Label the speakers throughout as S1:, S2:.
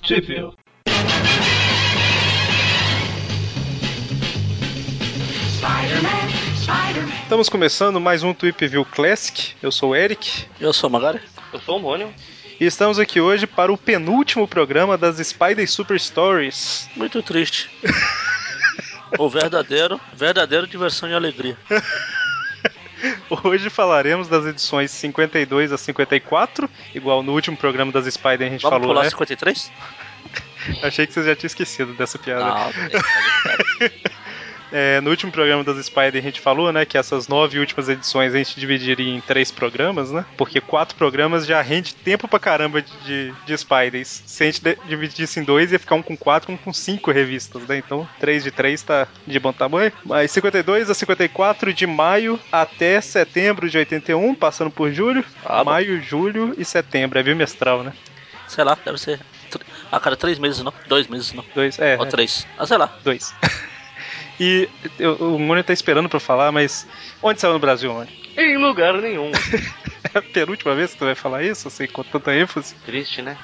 S1: Possível.
S2: Estamos começando mais um Tweep View Classic. Eu sou o Eric
S3: Eu sou o Magari.
S1: Eu sou o Mônio.
S2: e estamos aqui hoje para o penúltimo programa das Spider Super Stories.
S3: Muito triste. o verdadeiro, verdadeiro diversão e alegria.
S2: Hoje falaremos das edições 52 a 54, igual no último programa das Spider a gente
S3: Vamos
S2: falou,
S3: pular
S2: né?
S3: 53?
S2: Achei que vocês já tinham esquecido dessa piada.
S3: Ah,
S2: É, no último programa das Spider a gente falou, né, que essas nove últimas edições a gente dividiria em três programas, né? Porque quatro programas já rende tempo pra caramba de, de, de Spiders. Se a gente de- dividisse em dois, ia ficar um com quatro, um com cinco revistas, né? Então, três de três tá de bom tamanho. Mas 52 a 54 de maio até setembro de 81, passando por julho.
S3: Ah, bom.
S2: maio, julho e setembro. É bimestral, né?
S3: sei lá, deve ser. tr- A cada três meses não, dois meses não,
S2: Dois, é.
S3: ou
S2: é.
S3: três. Ah, sei lá.
S2: Dois. E eu- o Mônio tá esperando pra eu falar, mas onde saiu no Brasil, Mônio?
S1: Em lugar nenhum.
S2: É a penúltima vez que tu vai falar isso, assim, com tanta ênfase?
S1: Triste, né?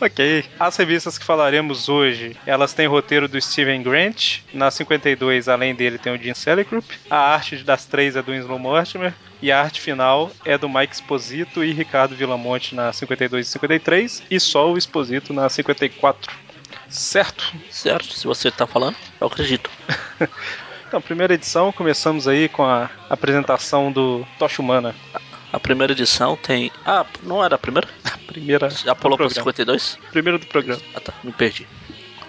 S2: Ok. As revistas que falaremos hoje, elas têm roteiro do Steven Grant. Na 52, além dele, tem o Jim Selicrup. A arte das três é do Winslow Mortimer. E a arte final é do Mike Esposito e Ricardo Villamonte na 52 e 53. E só o Esposito na 54. Certo?
S3: Certo, se você tá falando, eu acredito.
S2: Então, primeira edição, começamos aí com a apresentação do Tocha Humana.
S3: A primeira edição tem. Ah, não era a primeira?
S2: A primeira
S3: Já pulou
S2: do
S3: pra
S2: programa.
S3: 52?
S2: Primeira do programa.
S3: Ah tá, me perdi.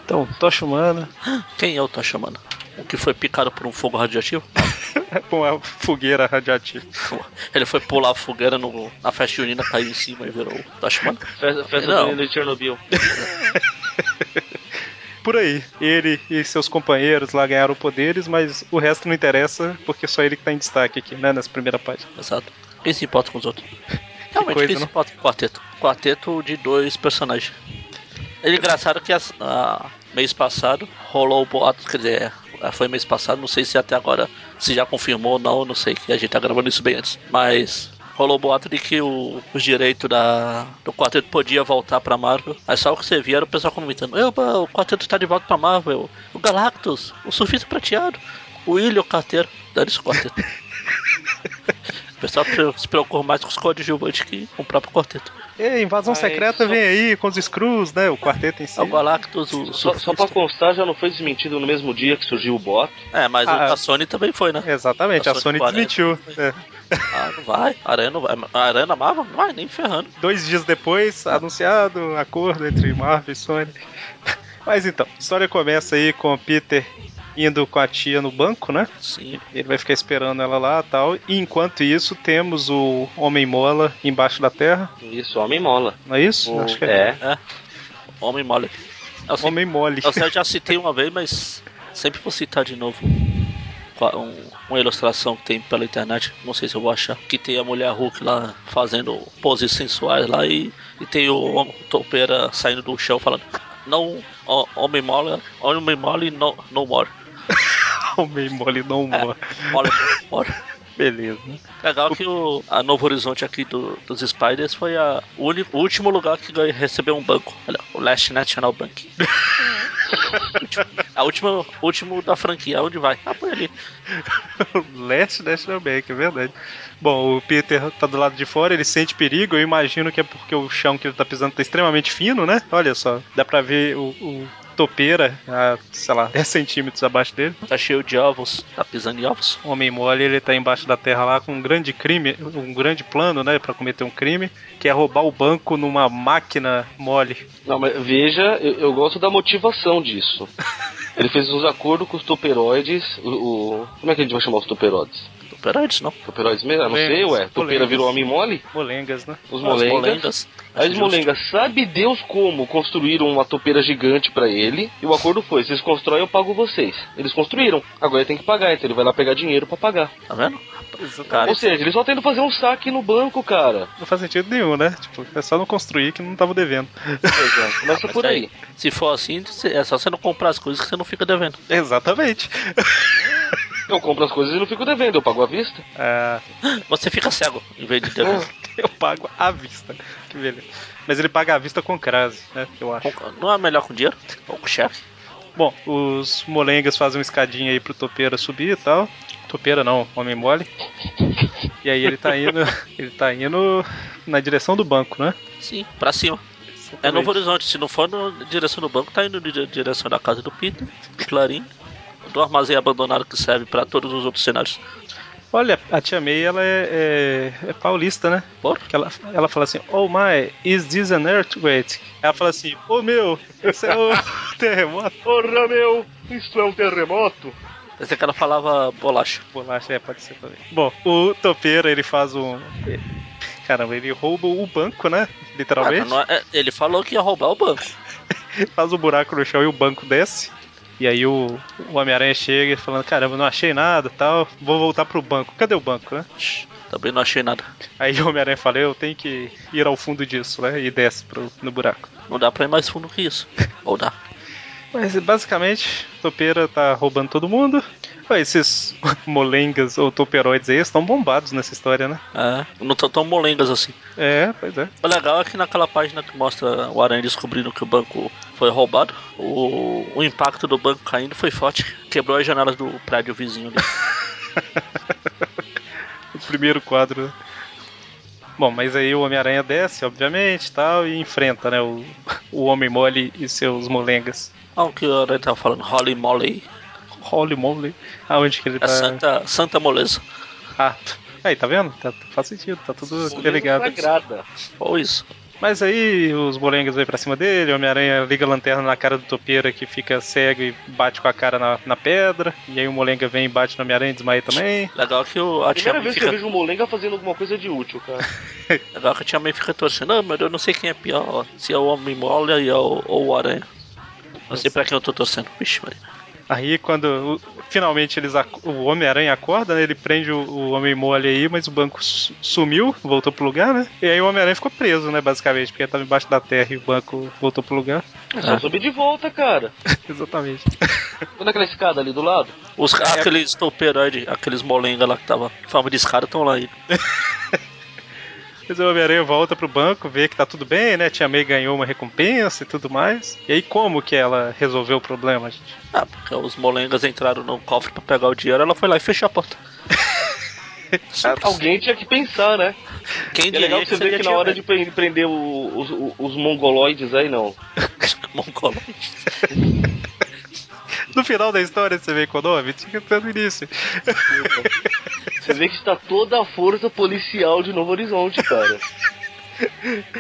S2: Então, Tocha Humana,
S3: Quem é o Tocha Humana? O que foi picado por um fogo radioativo?
S2: com a é fogueira radiativa.
S3: Ele foi pular a fogueira no, na festa junina, caiu em cima e virou o Tocha Humana?
S1: Festa, festa
S3: Não.
S1: junina de Chernobyl.
S2: Por aí. Ele e seus companheiros lá ganharam poderes, mas o resto não interessa, porque só ele que tá em destaque aqui, né? Nessa primeira página.
S3: Exato. Quem se importa com os outros? Realmente,
S2: coisa,
S3: quem
S2: né?
S3: se importa com o quarteto? Quarteto de dois personagens. É engraçado que as- a- mês passado rolou o boato, quer dizer, é, foi mês passado, não sei se até agora, se já confirmou ou não, não sei, que a gente tá gravando isso bem antes. Mas rolou o boato de que o, os direitos da, do quarteto podia voltar pra Marvel. Aí só o que você via era o pessoal comentando, "Eba, o quarteto tá de volta pra Marvel, o Galactus, o Surfista Prateado, o William o Carteiro, dane-se o quarteto. O pessoal pre- se preocupa mais com os coadjuvantes que com o próprio quarteto.
S2: E invasão
S1: Mas
S2: secreta
S1: só-
S2: vem aí, com os Screws, né? O quarteto em si.
S3: É o Galactus, o
S1: Só, só pra
S3: surfista.
S1: constar, já não foi desmentido no mesmo dia que surgiu o bot.
S3: É, mas
S2: Ah,
S3: o da Sony também foi, né?
S2: Exatamente,
S1: tá
S3: A
S2: a Sony
S3: Sony 40.
S2: desmentiu. né?
S3: Ah, não vai. A Aranha não vai. A Aranha na Marvel? Não vai, nem ferrando.
S2: Dois dias depois, anunciado um acordo entre Marvel e Sony. Mas então, a história começa aí com o Peter indo com a tia no banco, né?
S3: Sim.
S2: Ele vai ficar esperando ela lá e tal. E enquanto isso, temos o Homem-Mola embaixo da terra,
S1: Isso, homem mola.
S2: não é isso?
S1: O-
S2: Acho que é. um
S1: é.
S3: É. Homem mole. É Eu, sei-
S2: Homem-Mole.
S3: eu sei, eu Então, já citei uma vez, mas sempre vou citar de novo. Qua- um- uma ilustração que tem pela internet, não sei se eu vou achar, que tem a mulher Hulk lá fazendo poses sensuais lá e, e tem o hom- topeira saindo do chão falando não, ho- homem mole, homem mole, no, no more.
S2: É Homem-Mole um não morre.
S3: Mole, more.
S2: Beleza. né?
S3: Legal que o, a Novo Horizonte aqui do- dos Spiders foi a, o, uni- o último lugar que ganhou- recebeu um banco. Olha, o Last National Bank. Último- a última, último da franquia, onde vai? Ah, põe ali.
S2: Last National Bank, é verdade. Bom, o Peter tá do lado de fora, ele sente perigo. Eu imagino que é porque o chão que ele tá pisando tá extremamente fino, né? Olha só, dá pra ver o. o Topeira, a, sei lá, 10 centímetros abaixo dele.
S3: Tá cheio de ovos, tá pisando em ovos.
S2: O Homem mole, ele tá embaixo da terra lá com um grande crime, um grande plano, né, Pra cometer um crime, que é roubar o banco numa máquina mole.
S1: Não, mas veja, eu, eu gosto da motivação disso. Ele fez uns acordos com os toperoides. O, o- como é que a gente vai chamar os toperoides?
S3: Pera, isso não.
S1: Toperoides mesmo? Ah, não sei, ué. Topeira virou homem mole?
S2: Molengas, né?
S1: Os
S3: As
S1: molengas.
S3: molengas.
S1: Aí os molengas, sabe Deus como construíram uma topeira gigante pra ele. E o acordo foi: vocês constroem, eu pago vocês. Eles construíram, agora ele tem que pagar, então ele vai lá pegar dinheiro pra pagar.
S3: Tá vendo?
S2: Exatamente.
S3: Cara,
S1: Ou seja, ele só tendo fazer um saque no banco, cara.
S2: Não faz sentido nenhum, né? Tipo, é só não construir que não tava devendo.
S1: Exato. é, Começa
S3: mas
S1: por aí.
S3: Se for assim, cê- é só você não comprar as coisas que você não fica devendo.
S2: Exatamente.
S1: Eu compro as coisas e não fico devendo, eu pago à vista.
S2: Ah,
S3: Você fica cego em vez de dever.
S2: eu pago à vista. Que beleza. Mas ele paga à vista com crase, né? Eu acho.
S3: Com- Não é melhor com dinheiro? Ou com cheque?
S2: Bom, os molengas fazem uma escadinha aí pro topeira subir e tal. Topeira não, homem mole. E aí ele tá indo. ele tá indo na direção do banco, né?
S3: Sim, pra cima. É Novo Horizonte, se não for na direção do banco, tá indo na dire- direção da casa do Peter, do Clarim, do armazém abandonado que serve pra todos os outros cenários.
S2: Olha, a tia May ela é, é- é paulista, né?
S3: Por?
S2: Que ela, ela fala assim, oh my, is this an earthquake? Ela fala assim, oh meu, isso é um terremoto.
S1: Porra, meu! Isso é um terremoto?
S3: Pensei que ela falava bolacha.
S2: Bolacha, é, pode ser também. Bom, o topeira ele faz um. Caramba, ele rouba o banco, né?
S3: Ah,
S2: Literalmente.
S3: não é- ele falou que ia roubar o banco.
S2: faz um buraco no chão e o banco desce. E aí o, o Homem-Aranha chega e falando, caramba, não achei nada tal, vou voltar pro banco. Cadê o banco, né?
S3: Também não achei nada.
S2: Aí o Homem-Aranha fala, eu tenho que ir ao fundo disso, né? E desce pro, no buraco.
S3: Não dá pra ir mais fundo que isso. Ou dá.
S2: Mas basicamente, Topeira tá roubando todo mundo. Ó, esses molengas ou toperoides aí estão bombados nessa história, né?
S3: É, não tão tão molengas assim.
S2: É, pois é.
S3: O legal é que naquela página que mostra o Aranha descobrindo que o banco foi roubado, o, o impacto do banco caindo foi forte. Quebrou as janelas do prédio vizinho ali.
S2: O primeiro quadro. né? Bom, mas aí o Homem-Aranha desce, obviamente, tal, e enfrenta, né? O, o Homem Mole e seus molengas.
S3: Olha Ah, o que o Aranha tava falando. Holly Molly.
S2: Holy moly. Aonde que ele
S3: É
S2: tá?
S3: santa, santa moleza.
S2: Ah, t- aí, tá vendo? Tá, faz sentido, tá tudo ligado.
S1: Sagrada.
S3: Ou isso.
S2: Mas aí os molengas vêm pra cima dele, o Homem-Aranha liga a lanterna na cara do topeira que fica cego e bate com a cara na, na pedra. E aí o molenga vem e bate no Homem-Aranha e desmaia também.
S3: Legal que o, a tia
S1: Primeira
S3: May
S1: vez que é eu
S3: fica,
S1: vejo o Molenga fazendo alguma coisa de útil, cara.
S3: legal que a tia May fica torcendo. Não, meu Deus, eu não sei quem é pior. Se é o Homem Mole e é o- ou o Aranha. Não sei pra quem eu tô torcendo. Vixe, Maria.
S2: Aí quando o- finalmente eles ac- o Homem-Aranha acorda, né? Ele prende o, o Homem Mole aí, mas o banco su- sumiu, voltou pro lugar, né? E aí o Homem-Aranha ficou preso, né, basicamente, porque ele tava embaixo da terra e o banco voltou pro lugar.
S1: É só subir de volta, cara.
S2: Exatamente.
S1: Olha aquela escada ali do lado.
S3: Os,
S1: É.
S3: Aqueles toperoides, aqueles molenga lá que tava em forma de escada estão lá aí.
S2: Mas o Homem-Aranha volta pro banco, vê que tá tudo bem, né? Tia May ganhou uma recompensa e tudo mais. E aí, como que ela resolveu o problema, gente?
S3: Ah, porque os molengas entraram no cofre pra pegar o dinheiro, ela foi lá e fechou a porta. é Simples.
S1: Alguém tinha que pensar, né?
S3: Quem
S1: E é legal que você vê que na hora de pre- prender o- os, os- os mongoloides aí, não.
S3: Mongolo.
S2: No final da história, você vê qual o nome? Tinha que ser no início.
S1: Você vê que está toda a força policial de Novo Horizonte, cara.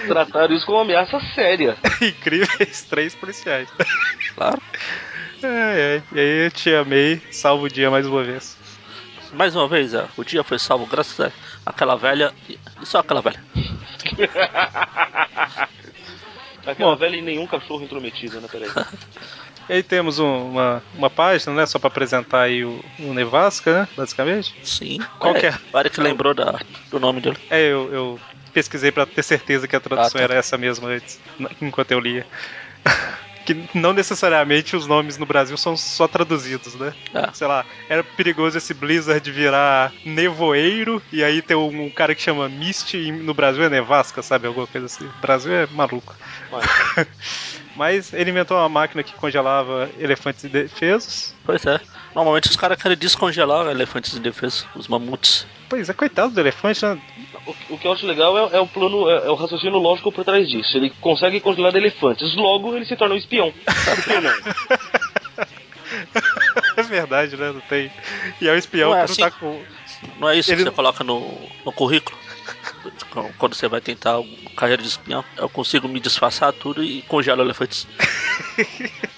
S1: Trataram isso como uma ameaça séria.
S2: Incríveis três policiais.
S3: Claro.
S2: É, é. E aí, Tia May salva o dia mais uma vez.
S3: Mais uma vez, ah, o dia foi salvo graças a aquela velha. E e só aquela velha.
S1: Aquela velha e nenhum cachorro intrometido, né? Peraí.
S2: E aí temos um- uma, uma página, né? Só pra apresentar aí o, o Nevasca, né? Basicamente.
S3: Sim.
S2: Qual que é?
S3: Para que lembrou da, do nome dele.
S2: É, eu, eu pesquisei pra ter certeza que a tradução
S3: Ah, tá.
S2: era essa mesma antes, n- enquanto eu lia. que não necessariamente os nomes no Brasil são só traduzidos, né?
S3: Ah.
S2: Sei lá, era perigoso esse Blizzard virar nevoeiro e aí ter um, um cara que chama Mist e no Brasil é nevasca, sabe? Alguma coisa assim. O Brasil é maluco. Mas ele inventou uma máquina que congelava elefantes indefesos.
S3: Pois é. Normalmente os caras querem descongelar elefantes indefesos, os mamutes.
S2: Pois é, coitado do elefante, né?
S1: O, o que eu acho legal é, é o plano, é, é o raciocínio lógico por trás disso. Ele consegue congelar elefantes, logo ele se torna um espião. Por que não?
S2: É verdade, né? Não tem. E é o espião
S3: Ué,
S2: que não
S3: assim-
S2: tá com.
S3: Não é isso
S2: Ele
S3: que
S2: não-
S3: você coloca no, no currículo? Qu- Quando você vai tentar uma carreira de espião, eu consigo me disfarçar tudo e congelo elefantes.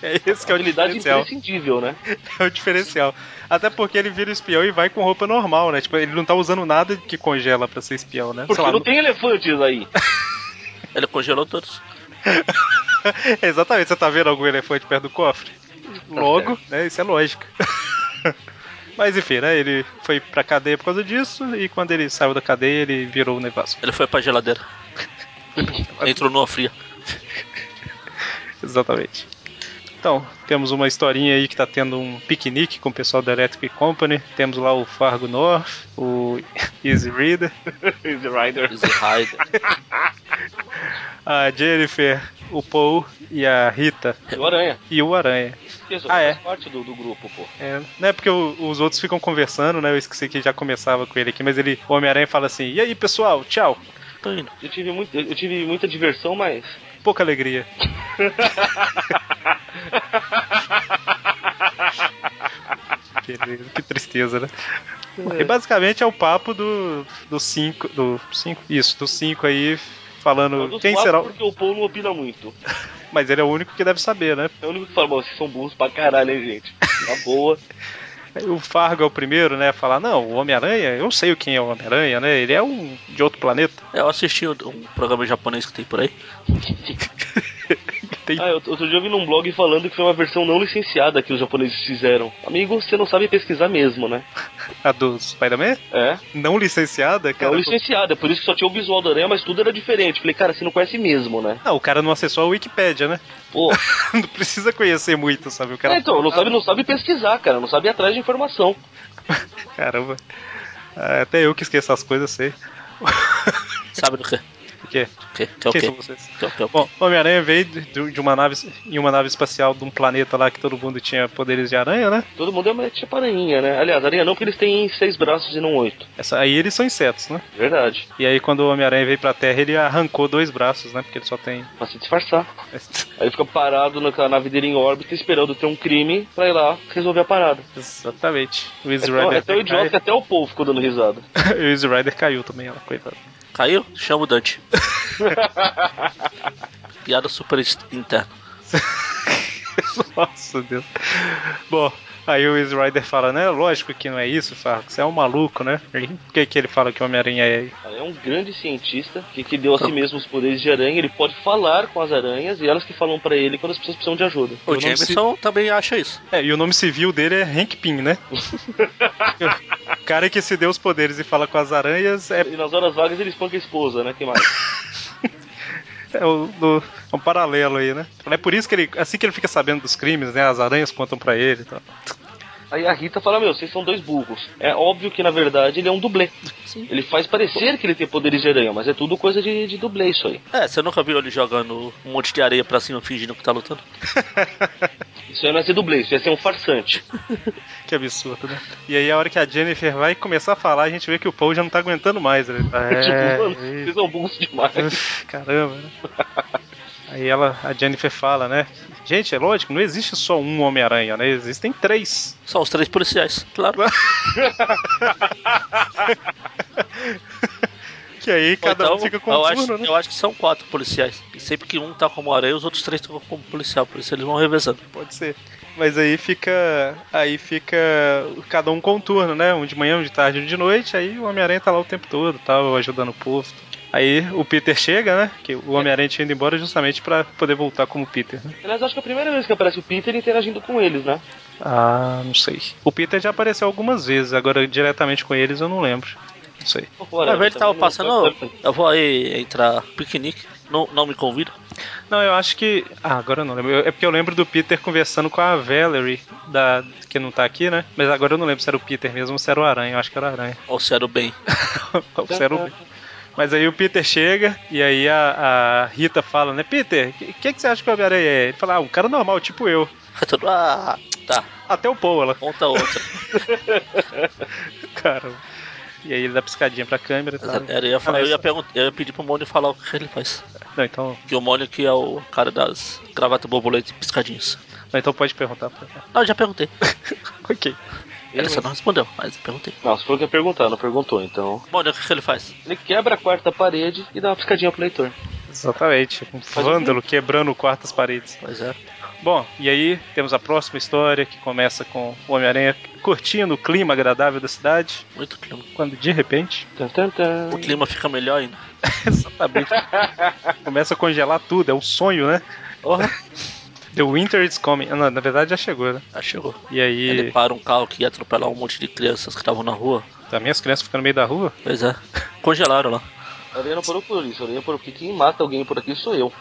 S2: É esse que é o
S1: Habilidade
S2: diferencial.
S1: imprescindível, né?
S2: É o diferencial. Até porque ele vira espião e vai com roupa normal, né? Tipo, ele não tá usando nada que congela pra ser espião, né?
S1: Porque
S2: Sei lá,
S1: não tem elefantes aí.
S3: Ele congelou todos.
S2: Exatamente, você tá vendo algum elefante perto do cofre?
S1: Tá
S2: Logo, né? Isso é lógica. Mas enfim, né? Ele foi pra cadeia por causa disso e quando ele saiu da cadeia ele virou um o Nevasco.
S3: Ele foi pra geladeira. Entrou numa fria.
S2: Exatamente. Então, temos uma historinha aí que tá tendo um piquenique com o pessoal da Electric Company. Temos lá o Fargo North, o Easy Reader.
S1: Easy Rider.
S3: Easy Rider.
S2: a Jennifer, o Paul e a Rita
S1: E o Aranha.
S2: e o Aranha.
S1: Esqueça,
S2: Ah, é.
S1: faz parte do, do grupo, pô.
S2: É, não é porque o- os outros ficam conversando, né? Eu esqueci que já começava com ele aqui, mas ele, o Homem-Aranha fala assim: E aí, pessoal, tchau.
S3: Tô indo.
S1: Eu tive, muito, eu tive muita diversão, mas.
S2: Pouca alegria. Beleza, que tristeza, né? E basicamente é o papo do do 5, do 5, isso, do 5 aí
S1: Eu
S2: falando
S1: É, dos
S2: quem
S1: quatro,
S2: será, o-
S1: Porque o Paul não opina muito.
S2: mas ele é o único que deve saber, né?
S1: É o único que fala, "Bom, vocês são burros pra caralho, hein, gente? Na boa.
S2: O Fargo é o primeiro, né, a falar: "Não, o Homem-Aranha, eu sei o quem é o Homem-Aranha, né? Ele é um de outro planeta".
S3: Eu assisti um- um programa japonês que tem por aí.
S2: Tem
S1: Ah, eu- outro dia eu vi num blog falando que foi uma versão não licenciada que os japoneses fizeram. Amigo, você não sabe pesquisar mesmo, né?
S2: a do Spider-Man
S1: É.
S2: não licenciada, cara.
S1: Não licenciada, é por isso que só tinha o visual do aranha, mas tudo era diferente. Falei, cara, você não conhece mesmo, né?
S2: Não, o cara não acessou a Wikipédia, né?
S1: Pô.
S2: Não precisa conhecer muito, sabe? O cara
S1: É, então, não sabe, não sabe pesquisar, cara. Não sabe ir atrás de informação.
S2: Caramba. Ah, Até eu que esqueço as coisas, sei.
S3: Sabe do quê?
S2: O quê?
S3: Do quê? Que é o
S2: Quem
S3: quê?
S2: são vocês?
S3: Que é o quê?
S2: Bom, o Homem-Aranha veio de, de uma nave, em uma nave espacial de um planeta lá que todo mundo tinha poderes de aranha, né?
S1: Todo mundo é uma tipo aranhinha, né? Aliás, aranha não, porque eles têm seis braços e não oito.
S2: Essa, aí eles são insetos, né?
S1: Verdade.
S2: E aí quando o Homem-Aranha veio pra Terra, ele arrancou dois braços, né? Porque ele só tem.
S1: Pra se disfarçar. Aí fica parado naquela nave dele em órbita, esperando ter um crime pra ir lá resolver a parada.
S2: Exatamente. O
S1: É
S2: Easy
S1: tão, é
S2: Rider.
S1: tão idiota que até o povo ficou dando risada.
S2: cai- o Easy Rider caiu também, ela, coitado.
S3: Caiu? Chama o Dante. Piada super est- interna.
S2: Nossa Deus. Bom, aí o Easy Rider fala, né? Lógico que não é isso, Farco. Você é um maluco, né? Por que, que ele fala que o Homem-Aranha é
S1: É um grande cientista que, que deu a si mesmo os poderes de aranha. Ele pode falar com as aranhas e elas que falam pra ele quando as pessoas precisam de ajuda.
S2: Eu
S3: O
S2: não
S3: Jameson também acha isso.
S2: É, e o nome civil dele é Hank Pym, né? o cara que se deu os poderes e fala com as aranhas é,
S1: E nas horas vagas ele espanca a esposa, né? Que mais?
S2: é o- do- é um paralelo aí, né? É por isso que ele, assim que ele fica sabendo dos crimes, né? As aranhas contam pra ele e tal.
S1: Aí a Rita fala: Meu, vocês são dois burros. É óbvio que na verdade ele é um dublê.
S3: Sim.
S1: Ele faz parecer que ele tem poderes de aranha, mas é tudo coisa de, de dublê isso aí.
S3: É, você nunca viu ele jogando um monte de areia pra cima fingindo que tá lutando?
S1: Isso aí não é ser dublê, isso é ser um farsante.
S2: Que absurdo, né? E aí a hora que a Jennifer vai começar a falar, a gente vê que o Paul já não tá aguentando mais. Ele tá,
S1: tipo, mano,
S2: é,
S1: vocês são burros
S3: é
S1: demais.
S2: Uf, Caramba, né? Aí ela, a Jennifer fala, né? Gente, é lógico, não existe só um Homem-Aranha, né? Existem três.
S3: Só os três policiais, claro.
S2: Que aí cada
S3: Ou
S2: um fica com
S3: Então, eu,
S2: um
S3: acho,
S2: turno, né?
S3: eu acho que são quatro policiais. E sempre que um tá como areia, os outros três estão como policial. Por isso eles vão revezando.
S2: Pode ser. Mas aí fica. Aí fica. Cada um com um turno, né? Um de manhã, um de tarde, um de noite. Aí o Homem-Aranha tá lá o tempo todo, tal, ajudando o povo. Aí o Peter chega, né? Que o Homem-Aranha tinha ido embora justamente pra poder voltar como Peter, né?
S1: Aliás, acho que é a primeira vez que aparece o Peter interagindo com eles, né?
S2: Ah, não sei. O Peter já apareceu algumas vezes, agora diretamente com eles eu não lembro. Não sei.
S1: Olha,
S3: Uma vez É, ele
S1: também
S3: tava
S1: não-
S3: passando, "Ô, eu vou aí entrar piquenique, não, não me convida.
S2: Não, eu acho que. Ah, agora eu não lembro. Eu- É porque eu lembro do Peter conversando com a Valerie, da... que não tá aqui, né? Mas agora eu não lembro se era o Peter mesmo ou se era o Aranha. Eu acho que era o Aranha.
S3: Ou se era o bem.
S2: Ou se era o... Mas aí o Peter chega e aí a, a Rita fala, né? Peter, o que, que, que você acha que o Homem-Aranha é? Ele fala, ah, um cara normal, tipo eu.
S3: Aí todo, ah, tá,
S2: Até o Paul, ela.
S3: conta outra.
S2: Cara. E aí ele dá piscadinha pra câmera e tal.
S3: Era- Eu ia, falar-
S2: Ah,
S3: eu, ia
S2: mas-
S3: perguntar- eu ia pedir pro Mônio falar o que ele faz.
S2: Não, então,
S3: Que o Mônio que é o cara das gravatas borboleta e piscadinhas.
S2: não, então pode perguntar. pra ela.
S3: Não, Ah, eu já perguntei.
S2: ok.
S3: Ele só não respondeu, mas eu perguntei.
S1: Não, você falou que ia perguntar, não perguntou, então.
S3: Mônio, o que, que ele faz?
S1: Ele quebra a quarta parede e dá uma piscadinha pro leitor.
S2: Exatamente. Um vândalo quebrando quartas paredes.
S3: Pois é.
S2: Bom, e aí temos a próxima história que começa com o Homem-Aranha curtindo o clima agradável da cidade,
S3: Muito clima.
S2: quando de repente.
S1: Tan, tan, tan.
S3: O clima fica melhor ainda.
S2: Exatamente. começa a congelar tudo, é um sonho, né?
S3: Porra,
S2: The Winter is coming. Ah, Não, na verdade já chegou, né?
S3: já chegou.
S2: E aí,
S3: Ele para um carro que ia atropelar um monte de crianças que estavam na rua.
S2: também as crianças ficam no meio da rua?
S3: Pois é. Congelaram lá.
S1: A Aranha não parou por isso, a Aranha parou porque quem mata alguém por aqui sou eu.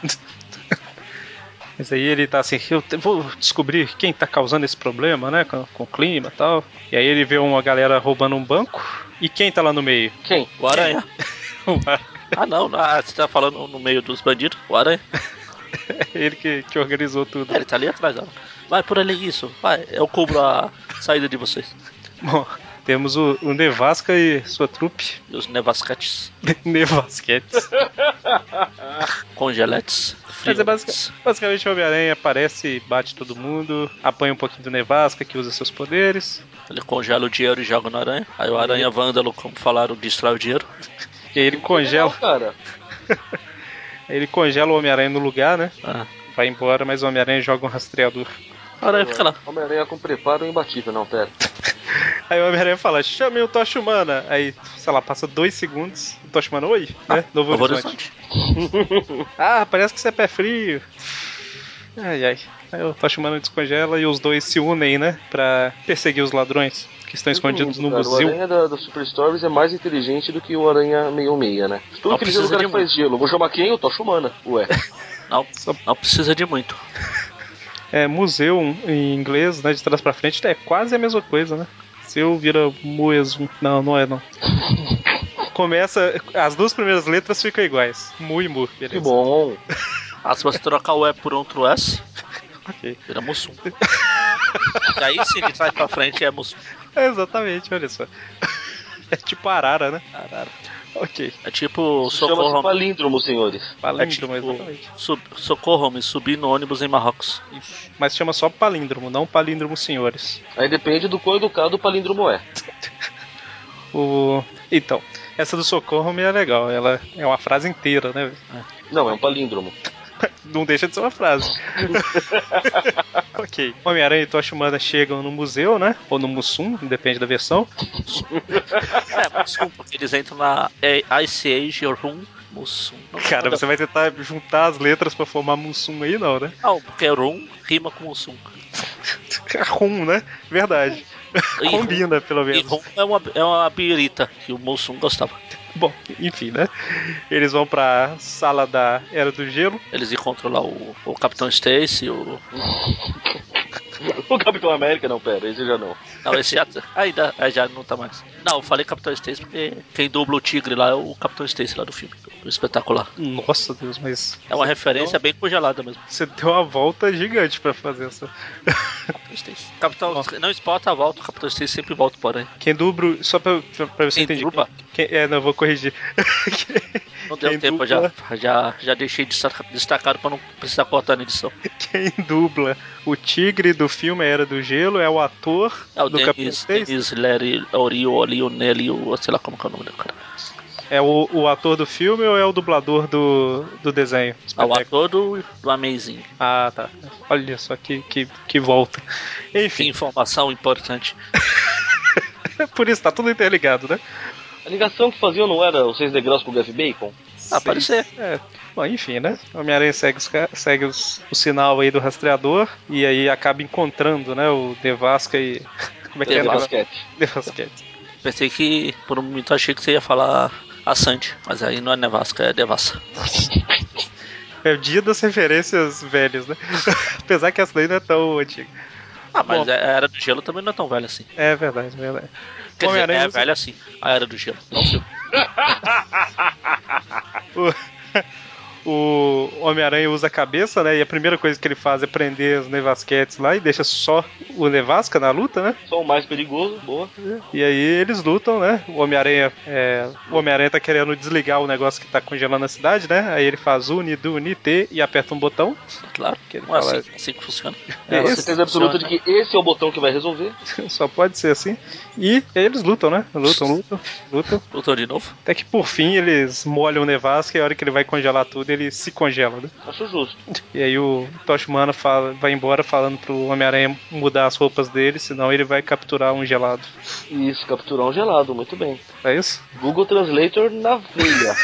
S2: Mas aí ele tá assim, eu te- vou descobrir quem tá causando esse problema, né? Com, com o clima e tal. E aí ele vê uma galera roubando um banco. E quem tá lá no meio?
S1: Quem?
S3: O Aranha.
S2: O Ar-
S3: Ah, não, não, ah, você tá falando no meio dos bandidos? O Aranha.
S2: é ele que, que organizou tudo.
S3: É, ele tá ali atrás dela. Vai por ali, isso. Vai, eu cubro a saída de vocês.
S2: Bom, temos o, o Nevasca e sua trupe.
S3: E os nevasquetes,
S2: Nevasquetes.
S3: congeletes,
S2: Mas é basica-
S3: frioletes.
S2: basicamente o Homem-Aranha aparece, bate todo mundo, apanha um pouquinho do Nevasca, que usa seus poderes.
S3: Ele congela o dinheiro e joga no aranha. Aí o aranha vândalo, como falaram, destrói o dinheiro.
S2: E aí ele congela,
S1: Legal, cara.
S2: ele congela o Homem-Aranha no lugar, né?
S3: Ah.
S2: Vai embora, mas o Homem-Aranha joga um rastreador.
S3: O aranha fica lá.
S1: Homem-Aranha com preparo é imbatível, não, pera.
S2: Aí o Homem-Aranha fala, chame o Tocha Humana. Aí, sei lá, passa dois segundos, o Tocha Humana, oi, né? Novo
S3: Novo
S2: Horizonte.
S3: Horizonte.
S2: Ah, parece que você é pé frio. Ai, ai. Aí o Tocha Humana descongela e os dois se unem, né? Pra perseguir os ladrões que estão escondidos no
S1: Cara, O
S2: museu.
S1: Aranha da, da Super Stories é mais inteligente do que o Aranha 66, né? Tudo
S3: Não
S1: que ele diz é
S3: precisa
S1: o cara
S3: de
S1: que faz gelo. Vou chamar quem? O Tocha Humana. Ué.
S3: Não,
S2: Só-
S3: não precisa de muito.
S2: É, museu em inglês, né? De trás pra frente, é quase a mesma coisa, né? Seu vira muesmo. Não, não é não. Começa. As duas primeiras letras ficam iguais. Mu e mu, beleza.
S1: Que bom.
S3: Ah, se você trocar o E por outro S,
S2: Ok.
S3: vira Mussum. E aí sim, de trás pra frente é Mussum.
S2: É, exatamente, olha só. É tipo arara, né?
S3: Caralho.
S2: Ok.
S3: É tipo,
S1: Isso chama-se
S3: socorro,
S1: palíndromo, senhores.
S3: é
S2: Palíndromo, exatamente.
S3: tipo sub, socorro me subir no ônibus em Marrocos.
S2: Mas chama só palíndromo, não palíndromo senhores.
S1: Aí depende do quão educado o palíndromo é.
S2: O... Então, essa do socorro me é legal. Ela é uma frase inteira, né?
S1: Não, é um palíndromo.
S2: Não deixa de ser uma frase. ok. Homem-Aranha e Tocha Humana chegam no museu, né? Ou no Mussum, depende da versão.
S3: É, Mussum, porque eles entram na A- Ice Age Room Mussum. Não,
S2: Cara,
S3: não,
S2: você vai tentar juntar as letras pra formar Mussum aí, não, né?
S3: Não, porque Room rima com Mussum.
S2: Rum, né? Verdade.
S3: E
S2: Combina, pelo
S3: E
S2: menos.
S3: Room é uma, é uma birita que o Mussum gostava.
S2: Bom, enfim, né? Eles vão pra sala da Era do Gelo.
S3: Eles encontram lá o, o Capitão Stacy, o.
S1: O Capitão América, não, pera. Esse já não.
S3: Não, esse já. Ainda é, já não tá mais. Não, eu falei Capitão Stacy porque quem dubla o Tigre lá é o Capitão Stacy lá do filme. do espetacular.
S2: Nossa, Deus, mas
S3: É uma referência bem congelada mesmo.
S2: você deu uma volta gigante pra fazer essa.
S3: Capitão Stacy. Capitão, não espota a volta, o Capitão Stacy sempre volta por aí.
S2: Quem dubla, só pra, pra, pra você
S3: Quem
S2: entender.
S3: dubla?
S2: Quem- é, não, eu vou corrigir.
S3: Não deu
S2: Quem
S3: tempo, eu
S2: dubla?
S3: já, já, já deixei destaca- destacado pra não precisar cortar na edição.
S2: Quem dubla o tigre do filme Era do Gelo é o ator
S3: É o
S2: do Capitão
S3: Denis,
S2: Stacy.
S3: Denis Larry, Orio, Olio, Nelly, o- sei lá como que é o nome do cara.
S2: É o, o ator do filme ou é o dublador do, do desenho?
S3: Ah, o ator do, do Amazing.
S2: Ah, tá. Olha só que, que, que volta.
S3: Que
S2: Enfim,
S3: informação importante.
S2: por isso tá tudo interligado, né?
S1: A ligação que faziam não era os 6 degraus com o Gav Bacon?
S3: Ah, pode ser.
S2: É. Bom, enfim, né? O Homem-Aranha segue, os ca- segue os- o sinal aí do rastreador e aí acaba encontrando, né? O Devasca e. Como é que é?
S1: Teve
S2: o nome?
S1: basquete.
S2: Devasquete.
S3: Pensei que, por um momento, eu achei que você ia falar a Sandy, mas aí não é Nevasca, é Devassa.
S2: É o dia das referências velhas, né? Apesar que essa daí não é tão antiga.
S3: Ah, mas
S2: Bom.
S3: a Era do Gelo também não é tão velha assim.
S2: É verdade, verdade.
S3: Quer dizer,
S2: Homem-Aranha
S3: é
S2: usa-
S3: velha assim, a Era do Gelo. Não, filho.
S2: O, o Homem-Aranha usa a cabeça, né? E a primeira coisa que ele faz é prender os nevasquetes lá e deixa só o nevasca na luta, né?
S1: Só o mais perigoso, boa.
S2: E aí eles lutam, né? O Homem-Aranha é, o Homem-Aranha tá querendo desligar o negócio que tá congelando a cidade, né? Aí ele faz uni, do, uni, T e aperta um botão.
S3: Claro,
S2: Que ele
S3: não é
S2: fala-
S3: assim, assim que funciona.
S1: Tem
S2: É
S1: a
S2: isso?
S1: certeza absoluta de que esse é o botão que vai resolver.
S2: Só pode ser assim. E eles lutam, né? Lutam, lutam, lutam.
S3: Lutou de novo.
S2: Até que por fim eles molham o nevasca e a hora que ele vai congelar tudo, ele se congela, né?
S1: Acho justo.
S2: E aí o Tosh Humana fala, vai embora falando pro Homem-Aranha mudar as roupas dele, senão ele vai capturar um gelado.
S1: Isso, capturar um gelado, muito bem.
S2: É isso?
S1: Google Translator na veia.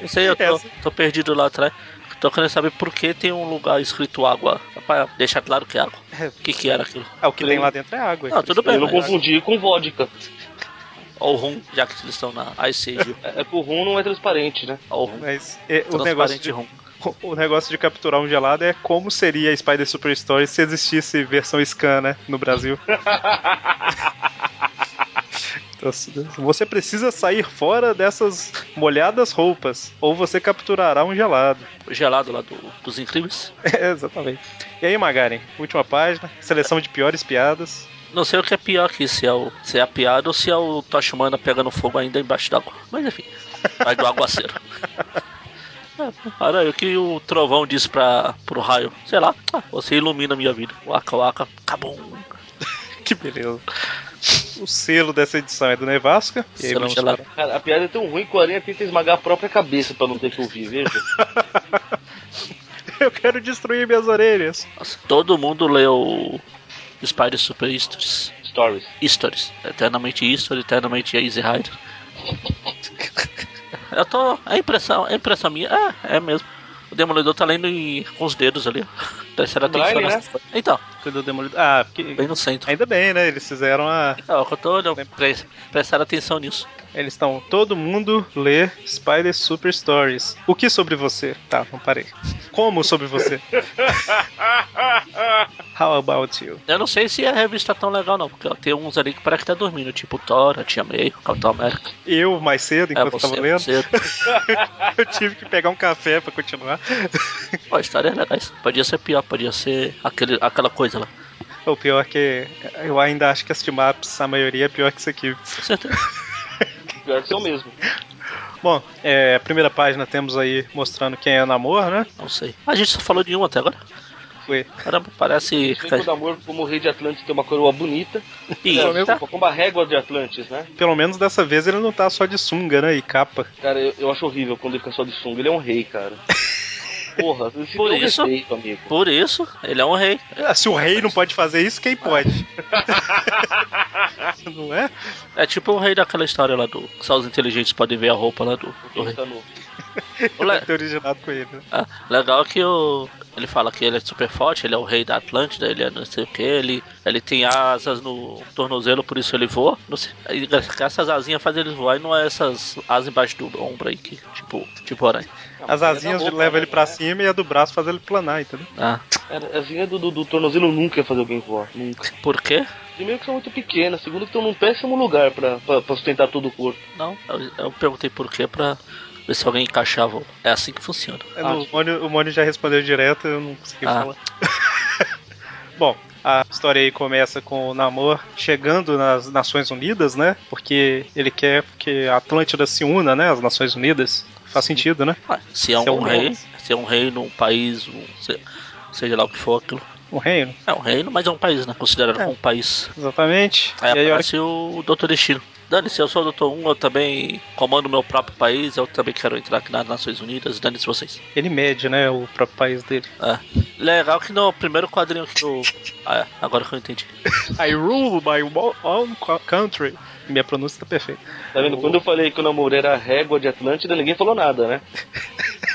S3: Não sei, eu tô,
S2: Essa-
S3: tô perdido lá atrás. Tô querendo saber por que tem um lugar escrito água. Só Pra deixar claro que é água. O que que era aquilo?
S2: Ah, o que tem lá dentro é água.
S3: Não, tudo bem.
S1: Eu não
S3: mas-
S1: confundi com vodka.
S3: Ou rum, já que eles estão na Ice Age.
S1: É é que o rum não é transparente, né?
S3: Ou rum.
S2: Mas é, o negócio
S3: Transparente
S2: de
S3: rum.
S2: o negócio de capturar um gelado é como seria a Spider Super Story se existisse versão scan, né? No Brasil. Então, Você precisa sair fora dessas molhadas roupas, ou você capturará um gelado.
S3: O gelado lá do- dos incríveis.
S2: É, exatamente. E aí, Magaren, última página, seleção de piores piadas.
S3: Não sei o que é pior aqui, se é, o, se é a piada ou se é o Toshimana pegando fogo ainda embaixo d'água. Mas enfim, vai do aguaceiro. É, Olha, o que o trovão disse pra, pro raio? Sei lá, "Ah, você ilumina a minha vida. Waka waka, cabum.
S2: Que beleza. O selo dessa edição é do Nevasca. E aí,
S3: Selo
S2: vamos
S3: gelado.
S2: para-
S1: Cara, a piada é tão ruim que o Aranha tenta esmagar a própria cabeça pra não ter que ouvir, veja.
S2: Eu quero destruir minhas orelhas.
S3: Nossa, todo mundo leu Spider Super Histories.
S1: Stories.
S3: Histories. Eternamente History, eternamente Easy Rider. Eu tô. É impressão, é impressão minha. É, é mesmo. O Demolidor tá lendo em- com os dedos ali. Terceira
S1: Braille,
S3: temporada. Então,
S2: Cadê o Demolidor? Ah, porque...
S3: bem no centro.
S2: Ainda bem, né? Eles fizeram a.
S3: É, eu tô olhando, pre- prestaram atenção nisso.
S2: Eles estão. Todo mundo lê Spider Super Stories. O que sobre você? Tá, não parei. Como sobre você? How about you?
S3: Eu não sei se a revista tá tão legal, não, porque ó, tem uns ali que parece que tá dormindo, tipo Thor, a Tia May, Capitão América.
S2: Eu, mais cedo,
S3: É,
S2: enquanto eu
S3: você,
S2: tava lendo,
S3: você.
S2: eu tive que pegar um café pra continuar.
S3: Pô, histórias legais. Podia ser pior, podia ser aquele, aquela coisa lá.
S2: O pior é que eu ainda acho que as team-ups, a maioria é pior que isso aqui.
S3: Com certeza.
S1: Pior é que são mesmo.
S2: Bom, é, a primeira página temos aí mostrando quem é o namoro, né?
S3: Não sei. A gente só falou de um até agora.
S2: Foi.
S3: Caramba, parece.
S1: Sei que o Namor, como rei de Atlantis, tem uma coroa bonita.
S3: Ih,
S1: É,
S3: tá.
S1: Como a régua de Atlantis, né?
S2: Pelo menos dessa vez ele não tá só de sunga, né? E capa.
S1: Cara, eu, eu acho horrível quando ele fica só de sunga. Ele é um rei, cara. Porra, esse
S3: Por
S1: tem um
S3: isso-
S1: respeito, amigo.
S3: Por isso, ele é um rei.
S2: Ah, Se o rei não pode fazer isso, quem pode? não é?
S3: É tipo o rei daquela história lá do. Só os inteligentes podem ver a roupa lá do,
S1: Porque
S3: do
S1: ele
S3: rei.
S1: tá nu.
S3: O le-
S2: Deve ter originado com ele. né?
S3: Ah, legal que o. Ele fala que ele é super forte, ele é o rei da Atlântida, ele é não sei o que, ele, ele tem asas no tornozelo, por isso ele voa. Não sei, aí essas asinhas fazem ele voar e não é essas asas embaixo do ombro aí, que, tipo, tipo aranha.
S1: Ah,
S2: As
S1: mas ele é
S2: asinhas
S1: da boca,
S2: levam ele
S1: né?
S2: pra cima e a do braço faz ele planar, entendeu?
S3: Ah,
S1: Cara, A asinha do, do, do tornozelo nunca ia fazer alguém voar. Nunca.
S3: por quê?
S1: Primeiro que são muito pequenas. Segundo que estão num péssimo lugar pra, pra, pra sustentar todo o corpo.
S3: Não, eu, eu perguntei por quê pra ver se alguém encaixava. É assim que funciona.
S2: É, no- o, Mônio, o Mônio já respondeu direto, eu não consegui
S3: Ah.
S2: falar. Bom, a história aí começa com o Namor chegando nas Nações Unidas, né? Porque ele quer que a Atlântida se una, né? As Nações Unidas. Faz sentido, né?
S3: Ah, se é um,
S2: Se é um
S3: rei,
S2: rei.
S3: se é um rei num país, um- se- seja lá o que for aquilo.
S2: O reino.
S3: É um reino, mas é um país, né? Considerado
S2: É.
S3: como um país.
S2: Exatamente.
S3: Aí
S2: e aí, a hora que-
S3: aparece o Doutor Destino. Dane-se, eu sou o Doutor 1, eu também comando meu próprio país, eu também quero entrar aqui nas Nações Unidas, dane-se vocês.
S2: ele mede, né? O próprio país dele.
S3: É. Legal que no primeiro quadrinho que eu. Ah, é, agora que eu entendi.
S2: I rule my mo- own co- country. Minha pronúncia tá perfeita.
S1: Tá vendo? Quando eu falei que o namoro era a régua de Atlântida, ninguém falou nada, né?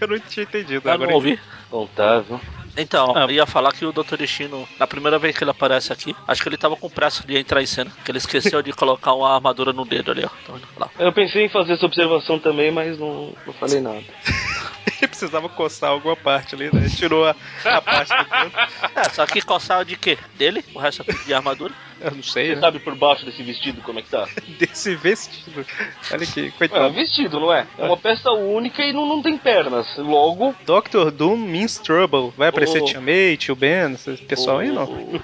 S2: Eu não tinha entendido.
S3: Eu
S2: agora
S3: não ouvi.
S1: Bom, tá, viu?
S3: Então,
S2: Ah.
S3: eu ia falar que o Dr. Destino, na primeira vez que ele aparece aqui, acho que ele tava com pressa de entrar em cena, que ele esqueceu de colocar uma armadura no dedo ali, ó. Tá vendo? Lá.
S1: Eu pensei em fazer essa observação também, mas não, não falei nada.
S2: Ele precisava coçar alguma parte ali, né? Ele Tirou a, a parte do canto.
S3: É, só que coçar de quê? Dele? O resto é tudo de armadura?
S2: Eu não sei,
S1: Você
S2: né?
S1: sabe por baixo desse vestido como é que tá?
S2: Desse vestido. Olha aqui,
S1: É um
S2: coitado.
S1: vestido, não é? É uma peça única e não, não tem pernas. Logo,
S2: É. Doctor Doom means trouble. Vai aparecer
S3: Oh.
S2: Tio May, Tio Ben, esse pessoal aí não?
S3: O,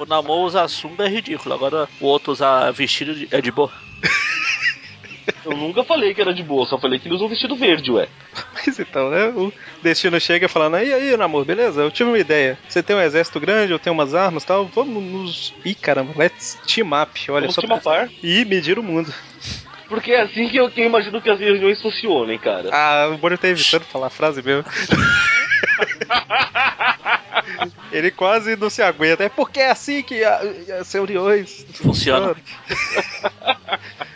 S3: o Namor usar sunga é ridículo, agora o outro usar vestido de- é de boa.
S1: eu nunca falei que era de boa, só falei que ele usa um vestido verde, ué.
S2: Mas então, né? O Destino chega falando: E aí, namor, beleza? Eu tive uma ideia. Você tem um exército grande, eu tenho umas armas e tal. Vamos nos. Ih, caramba, let's team up. Olha
S1: Vamos
S2: só.
S1: te mapar,
S2: E medir o mundo.
S1: porque é assim que eu, que eu imagino que as reuniões funcionem, cara.
S2: Ah, o Bonner tá evitando falar a frase mesmo. Ele quase não se aguenta. É porque é assim que a- as reuniões
S3: Funciona.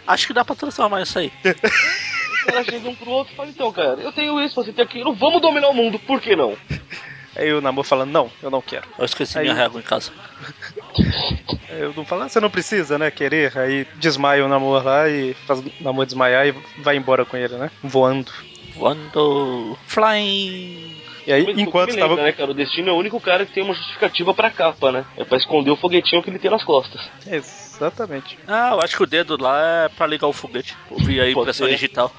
S3: Acho que dá pra transformar isso aí.
S1: Os caras chegam um pro outro e falam, então, cara, eu tenho isso, você tem aquilo, vamos dominar o mundo, por que não?
S2: Aí o Namor falando: Não, eu não quero.
S3: Eu esqueci
S2: Aí-
S3: minha régua em casa.
S2: Eu não falo, "Ah, você não precisa, né? Querer. Aí desmaia o namor lá e faz o namor desmaiar e vai embora com ele, né? Voando.
S3: Voando. Flying.
S2: E aí,
S1: Mas,
S2: enquanto
S1: me lembra,
S2: estava.
S1: né, cara? O Destino é o único cara que tem uma justificativa pra capa, né? É pra esconder o foguetinho que ele tem nas costas.
S2: Exatamente.
S3: Ah, eu acho que o dedo lá é pra ligar o foguete. Eu vi a
S1: Pode
S3: impressão
S1: ser.
S3: digital.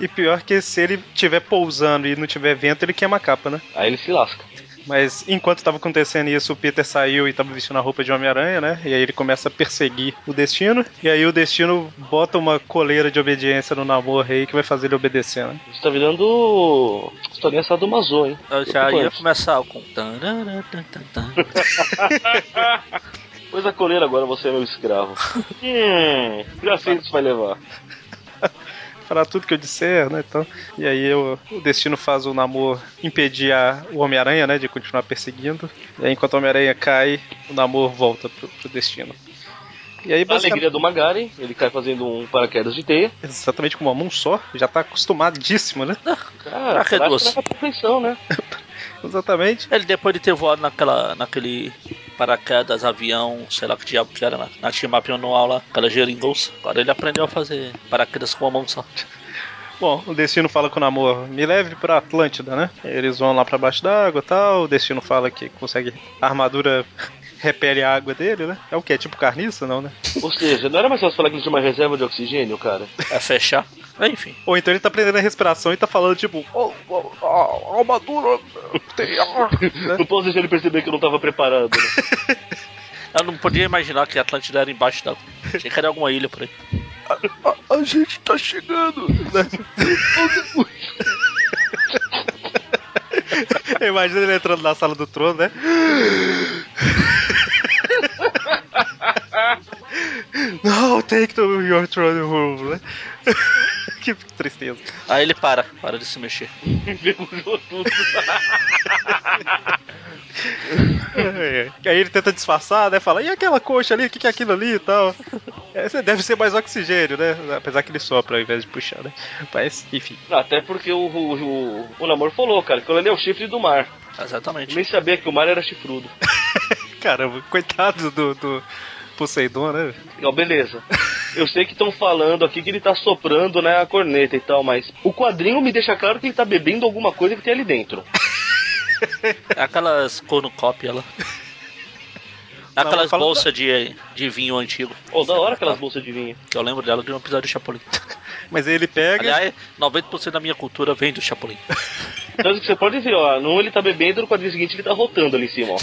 S2: E pior que se ele estiver pousando e não tiver vento, ele queima a capa, né?
S1: Aí ele se lasca.
S2: Mas enquanto estava acontecendo isso, o Peter saiu e estava vestindo a roupa de Homem-Aranha, né? E aí ele começa a perseguir o Destino. E aí o Destino bota uma coleira de obediência no namoro aí que vai fazer ele obedecer, né?
S1: Isso tá virando. historinha Sadomaso, hein?
S3: Eu já ia
S1: Preocupante.
S3: começar com. tarará, tan, tan, tan.
S1: Pois a coleira agora você é meu escravo. hum, já sei onde isso vai levar.
S2: Falar tudo que eu disser, né? Então, e aí o, o Destino faz o namoro impedir a- o Homem-Aranha, né? De continuar perseguindo. E aí enquanto o Homem-Aranha cai, o namoro volta pro, pro Destino. E aí,
S1: A
S2: basicamente-
S1: alegria do Magari, ele cai fazendo um paraquedas de teia.
S2: Exatamente com uma mão só, já tá acostumadíssimo, né?
S1: Cara,
S3: Pra que duas?
S1: prática da perfeição, né?
S2: Exatamente.
S3: Ele depois de ter voado naquela, naquele paraquedas, avião, sei lá que diabo que era, na, na Chimapion no aula, aquela geringonça. Agora ele aprendeu a fazer paraquedas com uma mão só.
S2: Bom, o Destino fala com o Namor, me leve pra Atlântida, né? Eles vão lá pra baixo d'água e tal, o Destino fala que consegue... A armadura repele a água dele, né? É o que? É tipo carniça, não, né?
S1: Ou seja, não era mais fácil falar que ele tinha uma reserva de oxigênio, cara?
S3: É fechar. Enfim.
S2: Ou então ele tá prendendo a respiração e tá falando, tipo... Oh, oh, oh, a armadura tem ar, né?
S1: Não posso deixar ele perceber que eu não tava preparado, né?
S3: Eu não podia imaginar que a Atlântida era embaixo da. Achei que era alguma ilha por aí.
S2: A, a gente tá chegando, né? Imagina ele entrando na sala do trono, né? Não, take to your throne room, né? que tristeza.
S3: Aí ele para, para de se mexer.
S1: Enferrujou tudo.
S2: É. Aí ele tenta disfarçar, né? Fala, e aquela coxa ali? O que, que é aquilo ali e tal? É, você deve ser mais oxigênio, né? Apesar que ele sopra ao invés de puxar, né? Mas, enfim.
S1: Até porque o, o, o, o Namor falou, cara, que ele é o chifre do mar. Eu
S3: Exatamente.
S1: nem sabia que o mar era chifrudo.
S2: Caramba, coitado do, do Poseidon, né?
S1: Legal, beleza. Eu sei que estão falando aqui que ele tá soprando, né, a corneta e tal, mas o quadrinho me deixa claro que ele tá bebendo alguma coisa que tem ali dentro.
S3: É Aquelas cornucópia lá.
S2: Não,
S3: É Aquelas
S2: fala-
S3: bolsas de, de vinho antigo.
S1: Ô, da hora aquelas bolsas de vinho.
S3: Que eu lembro dela de um episódio do Chapolin.
S2: Mas aí ele pega.
S3: Aliás, 90% da minha cultura vem do Chapolin.
S1: Tanto que Então, você pode ver, ó, num ele tá bebendo, no quadrinho seguinte ele tá rotando ali em cima, ó.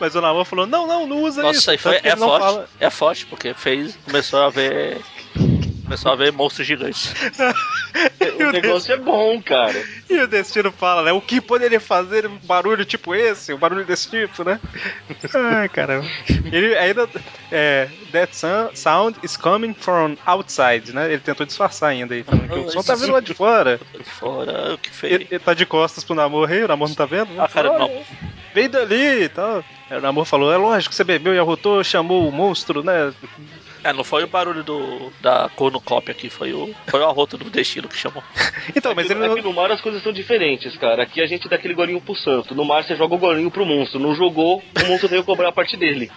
S2: Mas o Namor falou: não, não, não usa isso.
S3: Nossa, e foi,
S2: Tanto que
S3: é
S2: ele não
S3: forte.
S2: fala.
S3: É forte, porque fez. Começou a ver. Começou a ver monstros gigantes.
S2: E
S1: O
S2: o Destino-
S1: negócio é bom, cara.
S2: E o destino fala, né? O que poderia fazer um barulho tipo esse? Um barulho desse tipo, né? Ai, caramba. Ele ainda. É, that sun- sound is coming from outside, né? Ele tentou disfarçar ainda aí, falando que o som tá vindo lá de fora.
S3: Tô de Fora, o que
S2: Ele,
S3: fez.
S2: ele tá de costas pro Namor aí, o Namor não tá vendo? né?
S3: A cara do
S2: Olha,
S3: Namor.
S2: Vem dali e tal. Aí o Namor falou: é lógico, você bebeu e arrotou, chamou o monstro, né?
S3: É, não foi o barulho do, da cornucópia aqui, foi o, foi o arroto do destino que chamou.
S2: Então, mas
S1: Aqui-
S2: ele não.
S1: Aqui É no mar as coisas são diferentes, cara. Aqui a gente dá aquele golinho pro santo. No mar você joga o golinho pro monstro. Não jogou, o monstro veio cobrar a parte dele.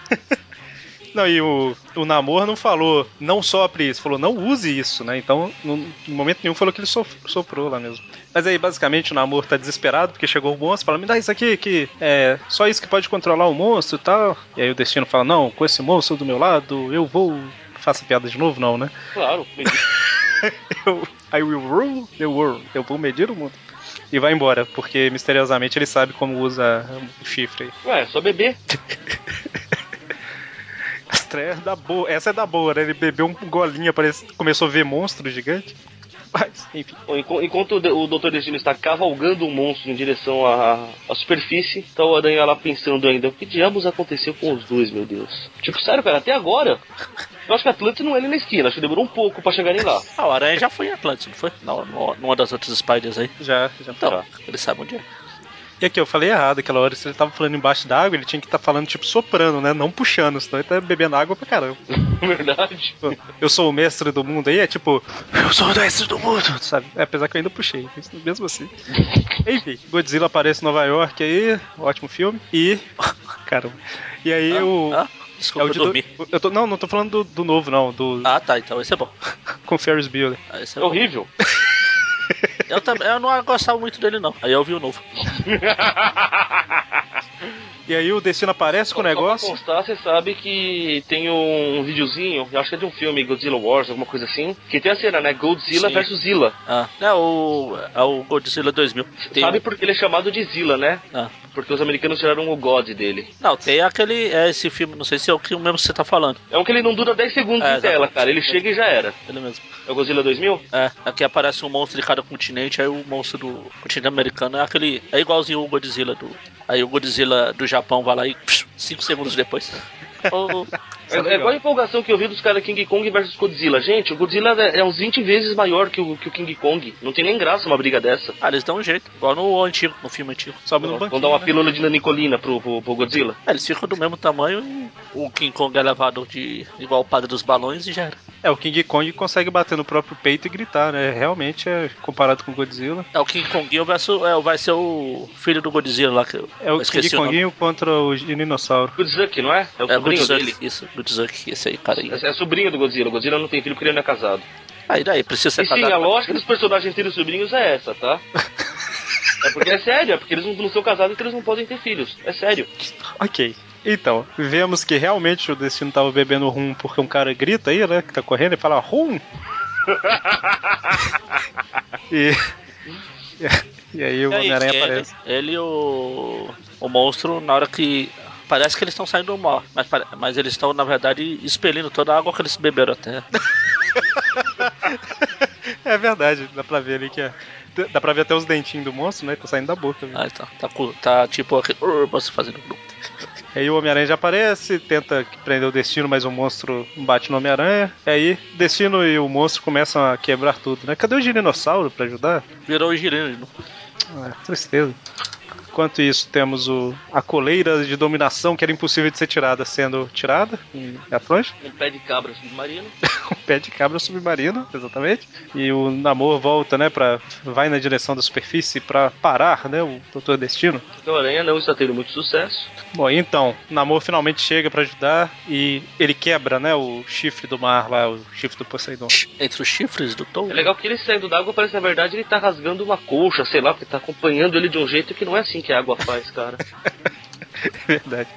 S2: Não, e o, o Namor não falou, não sopre isso, falou, não use isso, né? Então, no, em momento nenhum falou que ele sof- soprou lá mesmo. Mas aí, basicamente, o Namor tá desesperado porque chegou o monstro, fala, me dá isso aqui, que é só isso que pode controlar o monstro e tal. E aí o Destino fala, não, com esse monstro do meu lado, eu vou. Faça piada de novo, não, né?
S1: Claro, bem,
S2: Eu, I will rule the world. Eu vou medir o mundo. E vai embora, porque misteriosamente ele sabe como usa o chifre.
S1: ué, é só beber.
S2: As três da boa. Essa é da boa, né? Ele bebeu um golinha, parece começou a ver monstro gigante. Mas, enfim.
S1: Bom, enqu- Enquanto o de- o Dr. Destino está cavalgando um monstro em direção à, à superfície, tá o Aranha lá pensando ainda, o que diabos aconteceu com os dois, meu Deus? Tipo, sério, cara, até agora? Eu acho que Atlântida não é ali na esquina, acho que demorou um pouco pra chegarem lá.
S3: Ah, o Aranha já foi em Atlantis, não foi? Não, numa das outras Spiders aí.
S2: Já, já.
S3: Então, eles sabem onde é.
S2: E aqui, eu falei errado aquela hora. Se ele tava falando embaixo d'água, ele tinha que estar falando, tipo, soprando, né? Não puxando, senão ele tá bebendo água pra caramba.
S1: Verdade.
S2: Tipo, eu sou o mestre do mundo aí, é tipo, eu sou o mestre do mundo, sabe? É, apesar que eu ainda puxei, mas mesmo assim. Enfim, Godzilla aparece em Nova York aí, ótimo filme. E. Caramba. E aí o.
S3: Ah,
S2: é
S3: desculpa,
S2: o
S3: eu
S2: de do-
S3: dormi.
S2: eu tô, não, não tô falando do, do novo, não. Do,
S3: Ah, tá, então esse é bom.
S2: Com Ferris Bueller.
S3: Ah, esse
S1: É
S3: é bom.
S1: horrível.
S3: Eu, também, eu não gostava muito dele, não. Aí eu vi o novo.
S2: E aí o Destino
S3: um
S2: aparece com o
S1: Só pra
S2: negócio.
S1: constar, você sabe que tem um videozinho, eu acho que é de um filme, Godzilla Wars, alguma coisa assim, que tem a cena, né? Godzilla
S3: Sim.
S1: versus Zilla.
S3: Ah, é o, é o Godzilla 2000. Tem-
S1: Sabe por que ele é chamado de Zilla, né?
S3: Ah.
S1: Porque os americanos tiraram o God dele.
S3: Não, tem aquele. É esse filme, não sei se é o que o mesmo que você tá falando.
S1: É um que ele não dura 10 segundos
S3: É,
S1: em tela,
S3: exatamente.
S1: cara. Ele chega e já era.
S3: Ele mesmo.
S1: É o Godzilla 2000?
S3: É, aqui aparece um monstro de cada continente, aí o monstro do continente americano é aquele. É igualzinho o Godzilla do. Aí o Godzilla do Japão vai lá e. psh, cinco segundos depois. Ô,
S2: Isso é
S1: É, é
S2: legal.
S1: igual a empolgação que eu vi dos caras King Kong versus Godzilla. Gente, o Godzilla é é uns 20 vezes maior que o, que o King Kong. Não tem nem graça uma briga dessa.
S3: ah, eles dão um jeito, igual no antigo, no filme antigo.
S2: Sobe no
S1: Vamos
S2: banquinho.
S1: dar uma
S2: né?
S1: pílula de nanicolina pro, pro, pro Godzilla.
S3: É, eles ficam do mesmo tamanho e o King Kong é levado de. igual o padre dos balões e já era.
S2: É, o King Kong consegue bater no próprio peito e gritar, né? Realmente é comparado com o Godzilla.
S3: É o King Konguinho versus. É, vai ser o filho do Godzilla lá que eu.
S2: É o
S3: eu esqueci
S2: King
S3: o nome.
S2: Konguinho contra o dinossauro.
S1: Godzilla, não é? É o
S3: É,
S1: sobrinho
S3: Godzilla,
S1: dele.
S3: isso, Godzilla, esse aí, cara aí.
S1: É, é sobrinho do Godzilla. O Godzilla não tem filho porque ele não é casado.
S3: Aí daí, precisa ser
S1: E sim, é a
S3: É casado.
S1: lógica dos personagens terem sobrinhos é essa, tá? É porque é sério, é porque eles não, não são casados então eles não podem ter filhos. É sério.
S2: Ok. Então, vemos que realmente o Destino tava bebendo rum porque um cara grita aí, né? Que tá correndo e fala rum. e... e aí o
S3: E aí, é
S2: Homem-Aranha
S3: ele-
S2: aparece.
S3: Ele e o, o monstro, na hora que. Parece que eles estão saindo do mar, mas, pare- mas eles estão, na verdade, expelindo toda a água que eles beberam até.
S2: Uhum. É verdade, dá pra ver ali que é. d- Dá pra ver até os dentinhos do monstro, né? Tá saindo da boca. viu?
S3: Ah, tá, tá, cu- tá tipo aquele. "Urr", Você fazendo.
S2: Aí o Homem-Aranha já aparece, tenta prender o Destino, mas o monstro bate no Homem-Aranha. E aí, Destino e o monstro começam a quebrar tudo, né? Cadê o dinossauro pra ajudar?
S3: Virou o girino.
S2: Ah, tristeza. Enquanto isso, temos o, a coleira de dominação que era impossível de ser tirada, sendo tirada em Atlântico.
S1: Um pé de cabra submarino.
S2: O pé de cabra submarino, exatamente. E o Namor volta, né? Pra, vai na direção da superfície pra parar, né? O Doutor Destino.
S1: Então, Aranha não está tendo muito sucesso.
S2: Bom, então, Namor finalmente chega pra ajudar e ele quebra, né, o chifre do mar lá, o chifre do Poseidon.
S3: Entre os chifres do touro.
S1: É legal que ele saindo d'água parece, na verdade, ele tá rasgando uma colcha, sei lá, porque tá acompanhando ele de um jeito que não é assim que a água faz, cara.
S2: É verdade.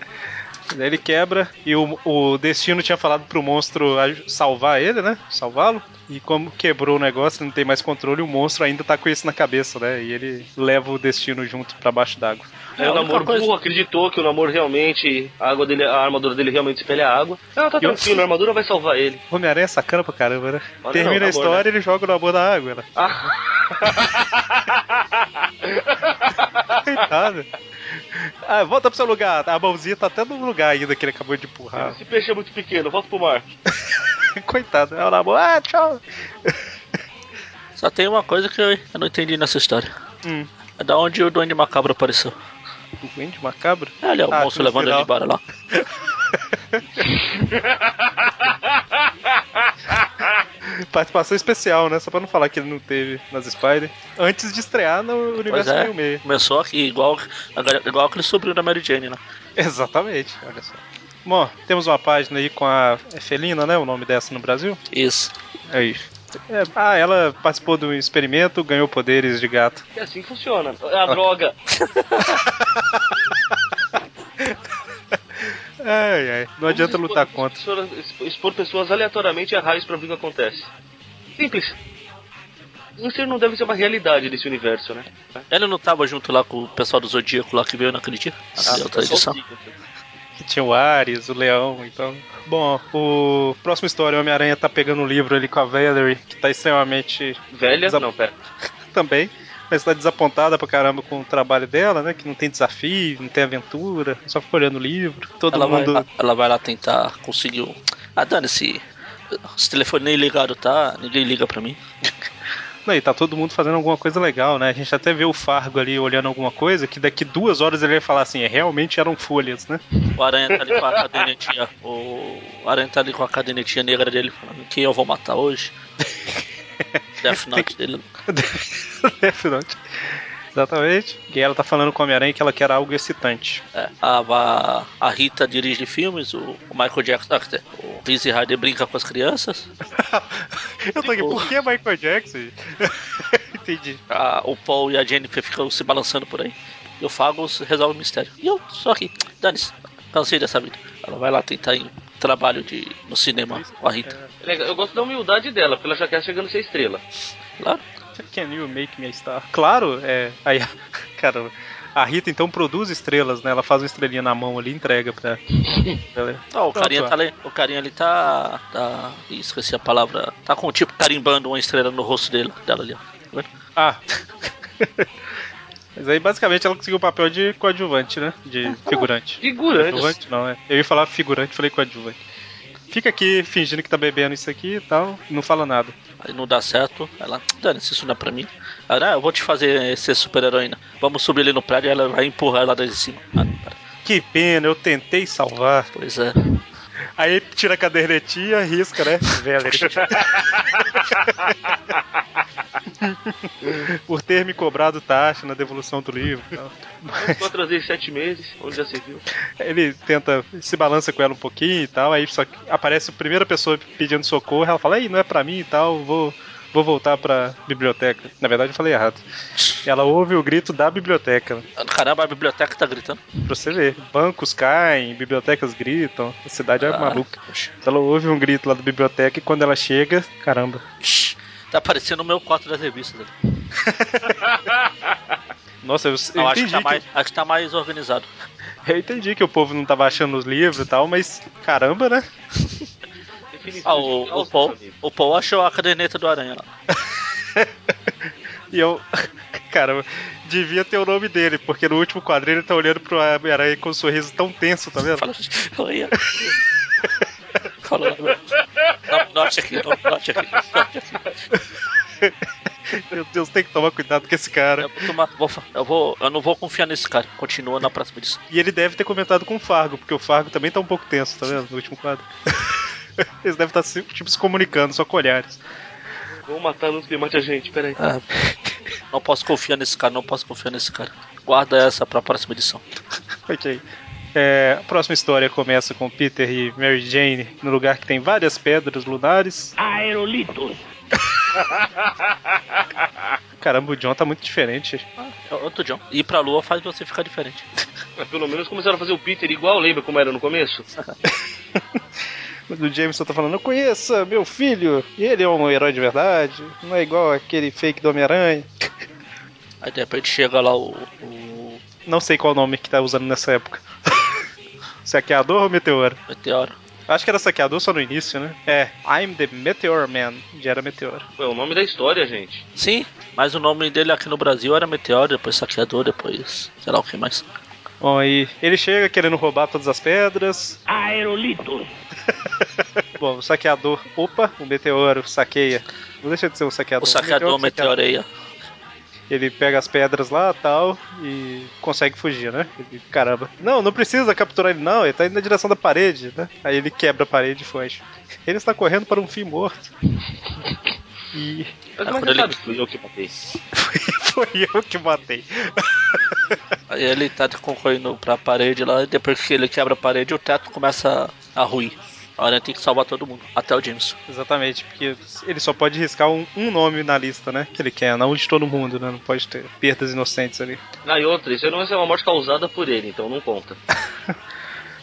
S2: Daí ele quebra e o, o Destino tinha falado pro monstro aj- salvar ele, né? Salvá-lo. E como quebrou o negócio, ele não tem mais controle, o monstro ainda tá com isso na cabeça, né? E ele leva o Destino junto pra baixo d'água.
S1: Aí
S3: É,
S1: o
S3: a única
S1: namoro
S3: coisa-
S1: burro acreditou que o namoro realmente, a água dele, a armadura dele realmente espelha a água. Ah, tá
S2: E eu-
S1: tranquilo, a armadura vai salvar ele.
S2: O Homem-Aranha é sacana pra caramba, né?
S1: Olha
S2: Termina
S1: não,
S2: a
S1: tá bom,
S2: história e ele joga o namoro na água, né?
S1: Ah,
S2: Coitado. Ah, volta pro seu lugar. A mãozinha tá até no lugar ainda que ele acabou de empurrar.
S1: Esse peixe é muito pequeno, volta pro mar.
S2: Coitado, é o namoro. Ah, tchau.
S3: Só tem uma coisa que eu, eu não entendi nessa história.
S2: Hum.
S3: É da onde o Duende Macabro apareceu.
S2: O Duende macabro?
S3: É, Olha, o
S2: Ah,
S3: monstro
S2: no
S3: levando ele
S2: final.
S3: embora lá.
S2: Participação especial, né? Só pra não falar que ele não teve nas Spider. Antes de estrear no
S3: Pois
S2: universo
S3: é,
S2: meio meio.
S3: começou aqui, igual, agora- igual aquele sobrinho da Mary Jane né? lá.
S2: Exatamente, olha só. Bom, temos uma página aí com a é Felina, né? O nome dessa no Brasil.
S3: Isso.
S2: É isso. ah, ela participou de um experimento, ganhou poderes de gato.
S1: É assim que funciona. É a
S2: Ah,
S1: droga.
S2: Ai, ai. Não adianta
S1: Vamos
S2: lutar
S1: expor-
S2: contra.
S1: Pessoas, expor pessoas aleatoriamente a raios pra ver o que acontece. Simples. Isso não deve ser uma realidade desse universo, né?
S3: Ele não tava junto lá com o pessoal do Zodíaco lá que veio naquele dia?
S2: Ah,
S3: Naquele outra
S1: É só
S3: edição.
S1: o Dick.
S2: Que tinha o Ares, o Leão, então. Bom, o próximo história, o Homem-Aranha tá pegando um livro ali com a Valerie, que tá extremamente
S1: Velha?
S2: Desa-
S1: Não, pera.
S2: também. Mas tá desapontada pra caramba com o trabalho dela, né? Que não tem desafio, não tem aventura, só fica olhando o livro. Todo
S3: Ela vai,
S2: mundo.
S3: lá, ela vai lá tentar conseguir o. Ah, dane-se. Os telefones nem ligados, tá? Ninguém liga pra mim.
S2: Não, e tá todo mundo fazendo alguma coisa legal, né? A gente até vê o Fargo ali olhando alguma coisa, que daqui duas horas ele vai falar assim, "É, realmente eram folhas, né?
S3: O Aranha tá ali com a cadenetinha. O Aranha tá ali com a cadenetinha negra dele falando que eu vou matar hoje. Death Note dele.
S2: Death Note. É Exatamente. E ela tá falando com o Homem-Aranha que ela quer algo excitante.
S3: É, a, a, a Rita dirige filmes, o, o Michael Jackson, ah, quer dizer, o Vince Harder brinca com as crianças,
S2: Eu tô aqui,
S3: Tipo-
S2: por que Michael Jackson? Entendi.
S3: a- o Paul e a Jennifer ficam se balançando por aí, e o Fago resolve o mistério. E eu só aqui, dane-se, cansei dessa vida. Ela vai lá tentar em trabalho de, no cinema com a Rita.
S1: Legal, Eu gosto da humildade dela, porque ela já quer chegando a ser estrela.
S3: Claro,
S2: Can you make me a star? Claro, é. Aí, cara, a Rita então produz estrelas, né? Ela faz uma estrelinha na mão ali e entrega pra. Ela-
S3: Não, o,
S2: Pronto,
S3: carinha
S2: ó.
S3: tá ali, o carinha ali tá, tá. Ih, esqueci a palavra. Tá com tipo carimbando uma estrela no rosto dele, dela ali, ó. Tá vendo?
S2: Ah! Mas aí basicamente ela conseguiu o papel de coadjuvante, né? De figurante.
S1: Figurante.
S2: Coadjuvante não, é. Eu ia falar figurante, falei coadjuvante. Fica aqui fingindo que tá bebendo isso aqui e tal, não fala nada.
S3: Aí não dá certo. Ela, dane-se, isso não é pra mim. Ela, "Ah, eu vou te fazer ser super-heroína. Vamos subir ali no prédio e ela vai empurrar ela desde cima. Ah, não, pera.
S2: Que pena, eu tentei salvar.
S3: Pois é.
S2: Aí tira a cadernetinha, risca, né? Valerie. Por ter me cobrado taxa na devolução do livro. e tal.
S1: Vou trazer em
S3: Então,
S1: sete meses, onde já se viu.
S2: Ele tenta, se balança com ela um pouquinho e tal, aí só que aparece a primeira pessoa pedindo socorro, ela fala, ei, não é pra mim e tal, vou, vou voltar pra biblioteca. Na verdade eu falei errado. Ela ouve o grito da biblioteca, né?
S3: Ah, Caramba, a biblioteca tá gritando.
S2: pra você ver. Bancos caem, bibliotecas gritam, a cidade é
S3: Ah,
S2: maluca.
S3: poxa.
S2: Ela ouve um grito lá da biblioteca e quando ela chega, caramba,
S3: Shhh, Tá parecendo o meu quarto das revistas ali.
S2: Nossa, eu, eu
S3: Eu acho que,
S2: entendi
S3: tá
S2: que,
S3: mais, acho que tá mais organizado.
S2: eu entendi que o povo não tava achando os livros e tal, mas caramba, né?
S1: Definição
S3: Ah,
S1: de
S3: o, o
S1: causa,
S3: Paul.
S1: meu amigo.
S3: O Paul achou a caderneta do Aranha lá.
S2: E eu, caramba, devia ter o nome dele, porque no último quadrinho ele tá olhando pro Homem-Aranha com um sorriso tão tenso, tá vendo?
S3: Fala, olha. Fala, dá um note aqui, dá um note aqui.
S2: Meu Deus, tem que tomar cuidado com esse cara.
S3: Eu vou tomar, vou fa- eu vou, eu não vou confiar nesse cara. Continua na próxima edição.
S2: E ele deve ter comentado com o Fargo, porque o Fargo também tá um pouco tenso, tá vendo? No último quadro. Eles devem estar se, tipo, se comunicando, só com olhares.
S1: Vão matar no que mate a gente, peraí.
S2: Ah.
S3: Não posso confiar nesse cara, não posso confiar nesse cara. Guarda essa pra próxima edição.
S2: Ok. É, a próxima história começa com Peter e Mary Jane no lugar que tem várias pedras lunares.
S4: Aerolitos.
S2: Caramba, o John tá muito diferente.
S3: Ah, é outro John. Ir pra lua faz você ficar diferente.
S1: Mas pelo menos começaram a fazer o Peter igual, lembra como era no começo?
S2: Mas o Jameson tá falando, conheça meu filho, ele é um herói de verdade, não é igual aquele fake do Homem-Aranha.
S3: Aí de repente chega lá o. o
S2: Não sei qual nome que tá usando nessa época. Saqueador ou Meteoro?
S3: meteoro.
S2: Acho que era saqueador só no início, né? É, I'm the Meteor Man, já era Meteoro.
S1: Pô, É o nome da história, gente.
S3: Sim, mas o nome dele aqui no Brasil era Meteoro, depois Saqueador, depois. sei lá o que mais.
S2: Bom, e ele chega querendo roubar todas as pedras.
S4: Aerolitos.
S2: Bom, o saqueador, opa, o Meteoro saqueia. Não deixa de ser um saqueador.
S3: O Saqueador
S2: um saqueador.
S3: Meteoreia.
S2: Ele pega as pedras lá tal e consegue fugir, né? Ele, caramba. Não, não precisa capturar ele, não. Ele tá indo na direção da parede, né? Aí ele quebra a parede e foge. Ele está correndo para um fim morto. E
S1: Mas
S3: Ah,
S1: como é
S3: quando
S1: que
S3: ele-
S1: sabe que fui eu que matei?
S2: foi eu que matei.
S3: Aí ele tá concorrendo pra parede lá, e depois que ele quebra a parede, o teto começa a ruir. A Aranha tem que salvar todo mundo, até o Jameson.
S2: Exatamente, porque ele só pode riscar um, um nome na lista, né? Que ele quer, não de todo mundo, né? Não pode ter perdas inocentes ali.
S1: Ah, e outra, isso aí não vai ser uma morte causada por ele, então não conta.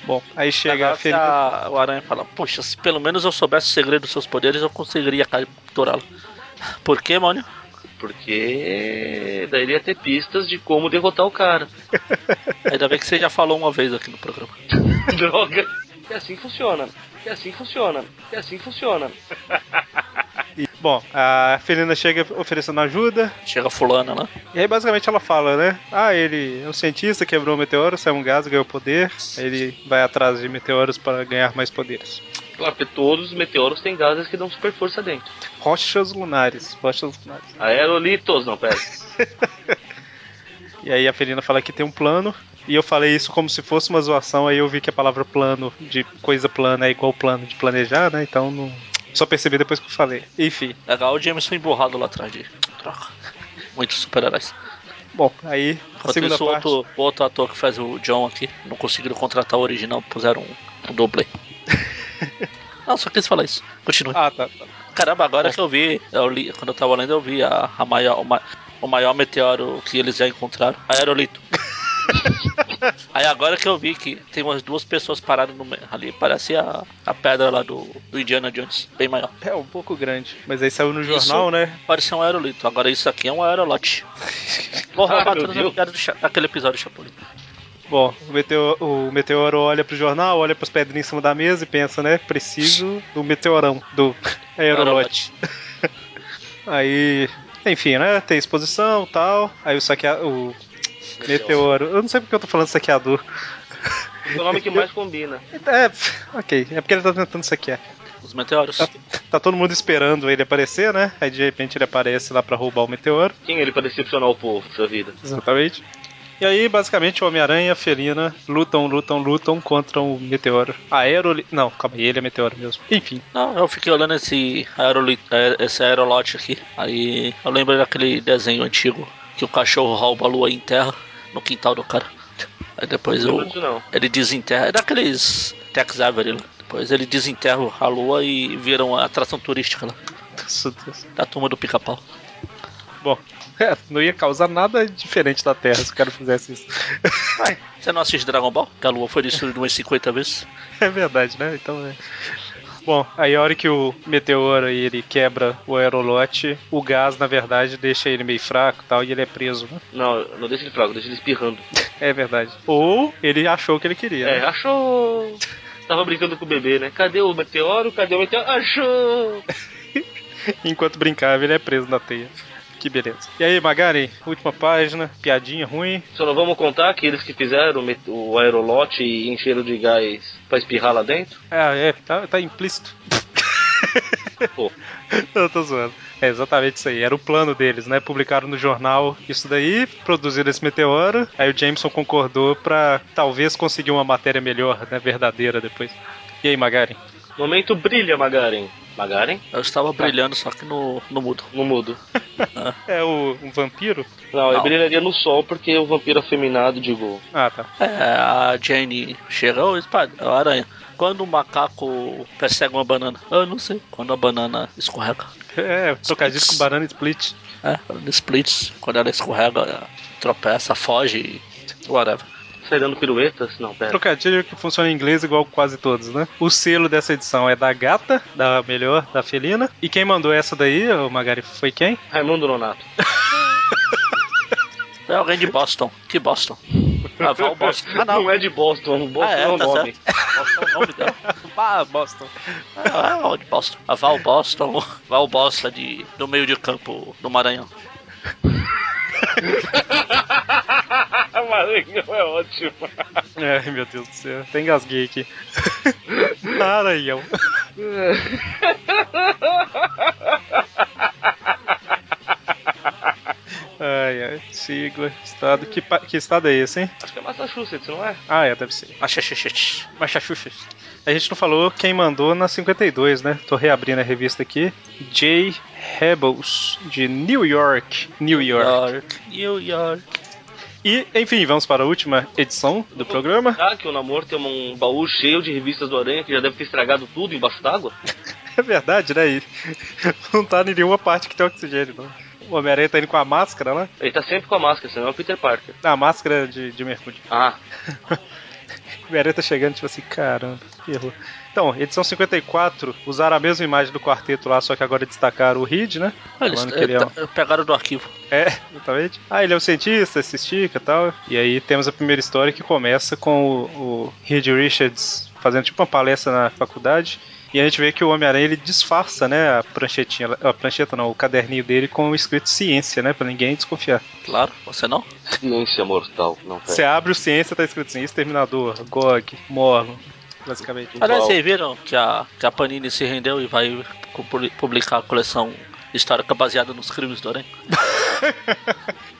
S2: Bom, aí chega a
S3: Agora, tá- se
S2: ferida.
S3: a- o Aranha fala: Poxa, se pelo menos eu soubesse o segredo dos seus poderes, eu conseguiria capturá-lo. Por quê, Mônio?
S1: Porque daí ele ia ter pistas de como derrotar o cara.
S3: Ainda bem que você já falou uma vez aqui no programa.
S1: Droga! E assim funciona. E assim funciona. E assim funciona.
S2: E, bom, a Felina chega oferecendo ajuda,
S3: Chega fulana lá.
S2: E aí basicamente ela fala, né? Ah, ele é um cientista, quebrou o meteoro, saiu um gás, ganhou poder. Ele vai atrás de meteoros para ganhar mais poderes.
S1: Claro, porque todos os meteoros têm gases que dão super força dentro.
S2: Rochas lunares. Rochas lunares.
S1: Aerolitos, não, pera.
S2: E aí a Felina fala que tem um plano. E eu falei isso como se fosse uma zoação, aí eu vi que a palavra plano, de coisa plana, é igual plano de planejar, né? Então não. Só percebi depois que eu falei. Enfim.
S3: Legal, o James foi emburrado lá atrás de troca. Muitos super-heróis.
S2: Bom, aí a
S3: Enquanto
S2: segunda
S3: isso, o
S2: parte.
S3: outro, o outro ator que faz o John aqui, não conseguiram contratar o original, puseram um, um dublê. não, só quis falar isso. Continua.
S2: Ah, tá. tá.
S3: Caramba, agora que eu vi, eu li- quando eu tava lendo, eu vi a, a maior, o, ma- o maior meteoro que eles já encontraram, aerolito. Aí agora que eu vi que tem umas duas pessoas paradas no meio ali, parece a, a pedra lá do, do Indiana Jones, bem maior.
S2: É um pouco grande. Mas aí saiu no jornal,
S3: Isso
S2: né?
S3: Parece um aerolito, agora isso aqui é um aerolote. Vou
S1: Ah,
S3: roubar
S1: meu
S3: todas as
S1: Deus.
S3: piadas do Cha- daquele episódio do Chapolin.
S2: Bom, o meteoro, o meteoro olha pro jornal, olha pras pedrinhas em cima da mesa e pensa, né? Preciso do meteorão, do aerolote. Aí, enfim, né? Tem exposição tal. Aí o saqueador. O meteoro. Eu não sei porque eu tô falando saqueador.
S1: É o nome que mais combina.
S2: É, pff, ok. É porque ele tá tentando saquear.
S3: Os meteoros.
S2: Tá todo mundo esperando ele aparecer, né? Aí de repente ele aparece lá pra roubar o meteoro.
S1: Quem é ele pra decepcionar o povo da sua vida?
S2: Exatamente. E aí, basicamente, o Homem-Aranha e a Felina lutam, lutam, lutam contra o meteoro. Aeroli... Não, calma aí, ele é meteoro mesmo. Enfim.
S3: Não, eu fiquei olhando esse, aeroli- aer- esse aerolote aqui. Aí eu lembro daquele desenho antigo que o cachorro rouba a lua e enterra no quintal do cara. Aí depois
S1: Não
S3: eu,
S1: lembro disso, não.
S3: ele desenterra. É daqueles Tex Avery lá. Depois ele desenterra a lua e vira uma atração turística lá,
S2: Nossa, Deus.
S3: da turma do pica-pau.
S2: Bom, é, não ia causar nada diferente da Terra se o cara fizesse isso.
S3: Você não assiste Dragon Ball? Que a lua foi destruída umas 50 vezes.
S2: É verdade, né? Então é. Bom, aí a hora que o meteoro aí, ele quebra o aerolote, o gás, na verdade, deixa ele meio fraco e tal, e ele é preso, né?
S1: Não, não deixa ele fraco, deixa ele espirrando.
S2: É verdade. Ou ele achou o que ele queria.
S1: É,
S2: né?
S1: achou! Tava brincando com o bebê, né? Cadê o meteoro? Cadê o meteoro? Achou!
S2: Enquanto brincava, ele é preso na teia. Que beleza. E aí, Magari, última página, piadinha ruim.
S1: Só não vamos contar que eles que fizeram o met- o aerolote e encheram de gás pra espirrar lá dentro?
S2: Ah, é, tá, tá implícito.
S1: Pô,
S2: Eu tô zoando. É exatamente isso aí. Era o plano deles, né? Publicaram no jornal isso daí, produziram esse meteoro. Aí o Jameson concordou pra talvez conseguir uma matéria melhor, né? Verdadeira depois. E aí, Magari?
S1: momento brilha, Magaren. Magaren?
S3: Eu estava brilhando, só que no, no mudo.
S1: No mudo.
S2: É o um vampiro?
S1: Não, ele
S3: Não.
S1: brilharia no sol porque o vampiro afeminado, digo.
S2: Ah, tá.
S3: É, a Jane chega, ô espada, ô, é aranha. Quando o macaco persegue uma banana? Eu não sei. Quando a banana escorrega.
S2: É, trocadilho com banana split.
S3: É, ela no splits. Quando ela escorrega, ela tropeça, foge e whatever.
S1: Sai dando piruetas? Não,
S2: É.
S1: pera.
S2: Trocadilho que funciona em inglês igual quase todos, né? O selo dessa edição é da gata, da melhor, da felina. E quem mandou essa daí, o Magari, foi quem?
S1: Raimundo Nonato.
S3: É alguém de Boston. Que Boston? Ah, Val Boston. Ah, não.
S1: Não é de Boston, Boston
S3: Ah,
S1: é, o
S3: é, tá
S1: nome.
S3: certo. Boston é o nome dela.
S2: Ah, Boston.
S3: Ah, é o de Boston. A Val Boston. Val Boston é de, do meio de campo do Maranhão.
S1: Maranhão é ótimo.
S2: Ai, meu Deus do céu. Até engasguei aqui. Maranhão. Ai, ai, sigla, estado. Que, pa- que estado é esse, hein?
S1: Acho que é Massachusetts, não é?
S2: Ah, é, deve ser.
S3: Machachachacha.
S2: Massachusetts. A gente não falou quem mandou na 52, né? Tô reabrindo a revista aqui. Jay Rebels, de New York. New York.
S3: York. New York.
S2: E, enfim, vamos para a última edição do programa.
S1: Ah, que o namoro tem um baú cheio de revistas do Aranha que já deve ter estragado tudo embaixo d'água?
S2: É verdade, né? E não tá em nenhuma parte que tem oxigênio, não. O Homem-Aranha tá indo com a máscara lá.
S1: Ele tá sempre com a máscara, senão é o Peter Parker.
S2: A máscara de, de mercúrio.
S1: Ah,
S2: O Homem-Aranha tá chegando, tipo assim, caramba, ferrou. Então, edição 54, usaram a mesma imagem do quarteto lá, só que agora destacaram o Reed, né?
S3: Eles
S2: Falando que ele é um-
S3: eh, pegaram do arquivo.
S2: É, exatamente. Ah, ele é um cientista, se estica e tal. E aí temos a primeira história que começa com o, o Reed Richards fazendo tipo uma palestra na faculdade. E a gente vê que o Homem-Aranha ele disfarça, né, a pranchetinha, a prancheta não, o caderninho dele com o escrito ciência, né, pra ninguém desconfiar.
S3: Claro, você não?
S1: silência mortal. Não, pera.
S2: Você abre o ciência, tá escrito assim, exterminador, Gog, Morlon. basicamente.
S1: Ah,
S3: Aliás,
S1: Uau.
S3: vocês viram que a, que a Panini se rendeu e vai cu- pu- publicar a coleção histórica baseada nos crimes do Oren?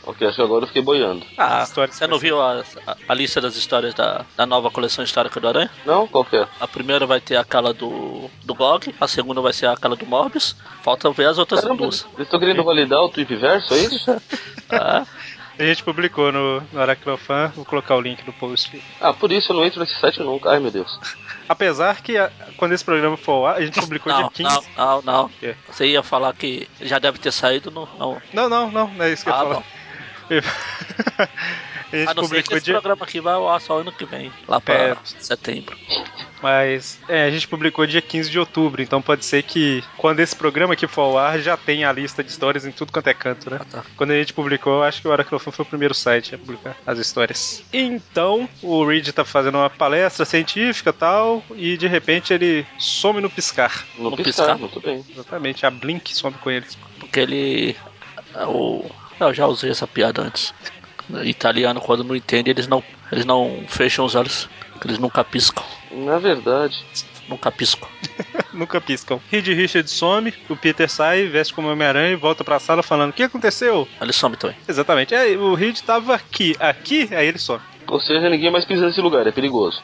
S1: Ok, acho que agora eu fiquei boiando.
S3: Ah,
S2: As histórias
S3: você não
S2: que
S3: viu a, a, a lista das histórias da, da nova coleção histórica do Aranha?
S1: Não? Qual que é?
S3: A primeira vai ter aquela do, do Gog, a segunda vai ser aquela do Morbius. Falta ver as outras
S1: Caramba,
S3: duas.
S1: eles estão querendo validar o Tweepverso, é isso?
S3: Ah,
S2: A gente publicou no, no Aracnofan, vou colocar o link no post.
S1: Ah, por isso eu não entro nesse site nunca. Ai, meu Deus.
S2: Apesar que a- quando esse programa for ao ar, a gente publicou
S3: não,
S2: dia 15.
S3: não, não, não.
S2: quê?
S3: Você ia falar que já deve ter saído no. Não.
S2: Não, não, não, não é isso que eu
S3: Ah,
S2: ia falar.
S3: bom.
S2: a gente
S3: A não ser que
S2: publicou
S3: esse
S2: dia.
S3: programa aqui vai ao ar só ano que vem, lá pra
S2: É.
S3: setembro.
S2: Mas é, a gente publicou dia 15 de outubro, então pode ser que quando esse programa aqui for ao ar já tenha a lista de histórias em tudo quanto é canto, né?
S3: Ah, tá.
S2: Quando a gente publicou, eu acho que o Aracnofan foi o primeiro site a publicar as histórias. Então, o Reed tá fazendo uma palestra científica e tal, e de repente ele some no piscar.
S1: Não
S3: Não
S1: piscar,
S3: piscar?
S1: muito bem.
S2: Exatamente, a Blink some com ele.
S3: Porque ele. é, O, eu já usei essa piada antes. Italiano, quando não entende, eles não, eles não fecham os olhos. Eles nunca piscam.
S1: Na verdade,
S3: Nunca piscam.
S2: Nunca piscam. Reed e Richard some, o Peter sai, veste como Homem-Aranha e volta pra sala falando: O que aconteceu?
S3: Eles somem também.
S2: Exatamente, é, o Reed tava aqui, aqui, aí ele some.
S1: ou seja, ninguém mais pisa nesse lugar, é perigoso.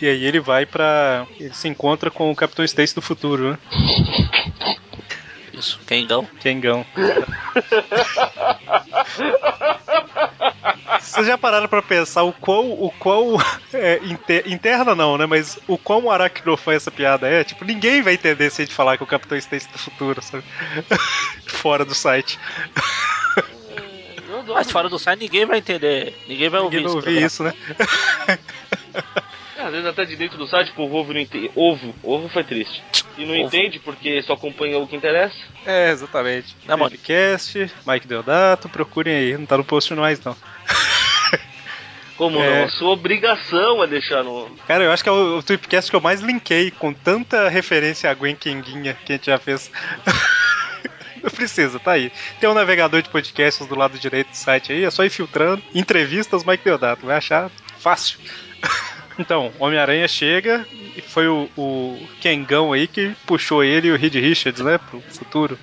S2: E aí ele vai pra. Ele se encontra com o Capitão Stacy do futuro, né?
S3: Isso. Quem não?
S2: Kengão. Vocês já pararam pra pensar o quão. O quão é, inte- interna não, né? Mas o quão aracnofã essa piada é? Tipo, ninguém vai entender se a gente falar que o Capitão Stacy do futuro, sabe? Fora do site.
S1: Eu adoro.
S3: Mas fora do site ninguém vai entender. Ninguém vai
S2: Ninguém não
S3: ouvir tá
S2: ouvi
S3: esse
S2: isso, né?
S1: É, Às vezes até de dentro do site, tipo, o ovo não entende. Ovo, ovo foi triste. E não
S3: Ovo.
S1: entende porque só acompanha o que interessa.
S2: É, exatamente.
S3: Não, mano.
S2: Podcast, Mike Deodato, procurem aí. Não tá no post mais, não.
S1: Como
S2: É.
S1: não? A sua obrigação é deixar no.
S2: Cara, eu acho que é o, o Tweepcast que eu mais linkei com tanta referência a Gwen Kenguinha que a gente já fez. Não precisa, tá aí. Tem um navegador de podcasts do lado direito do site aí, é só ir filtrando. Entrevistas Mike Deodato, vai achar fácil. Então, Homem-Aranha chega e foi o, o Kengão aí que puxou ele e o Reed Richards, né, pro futuro.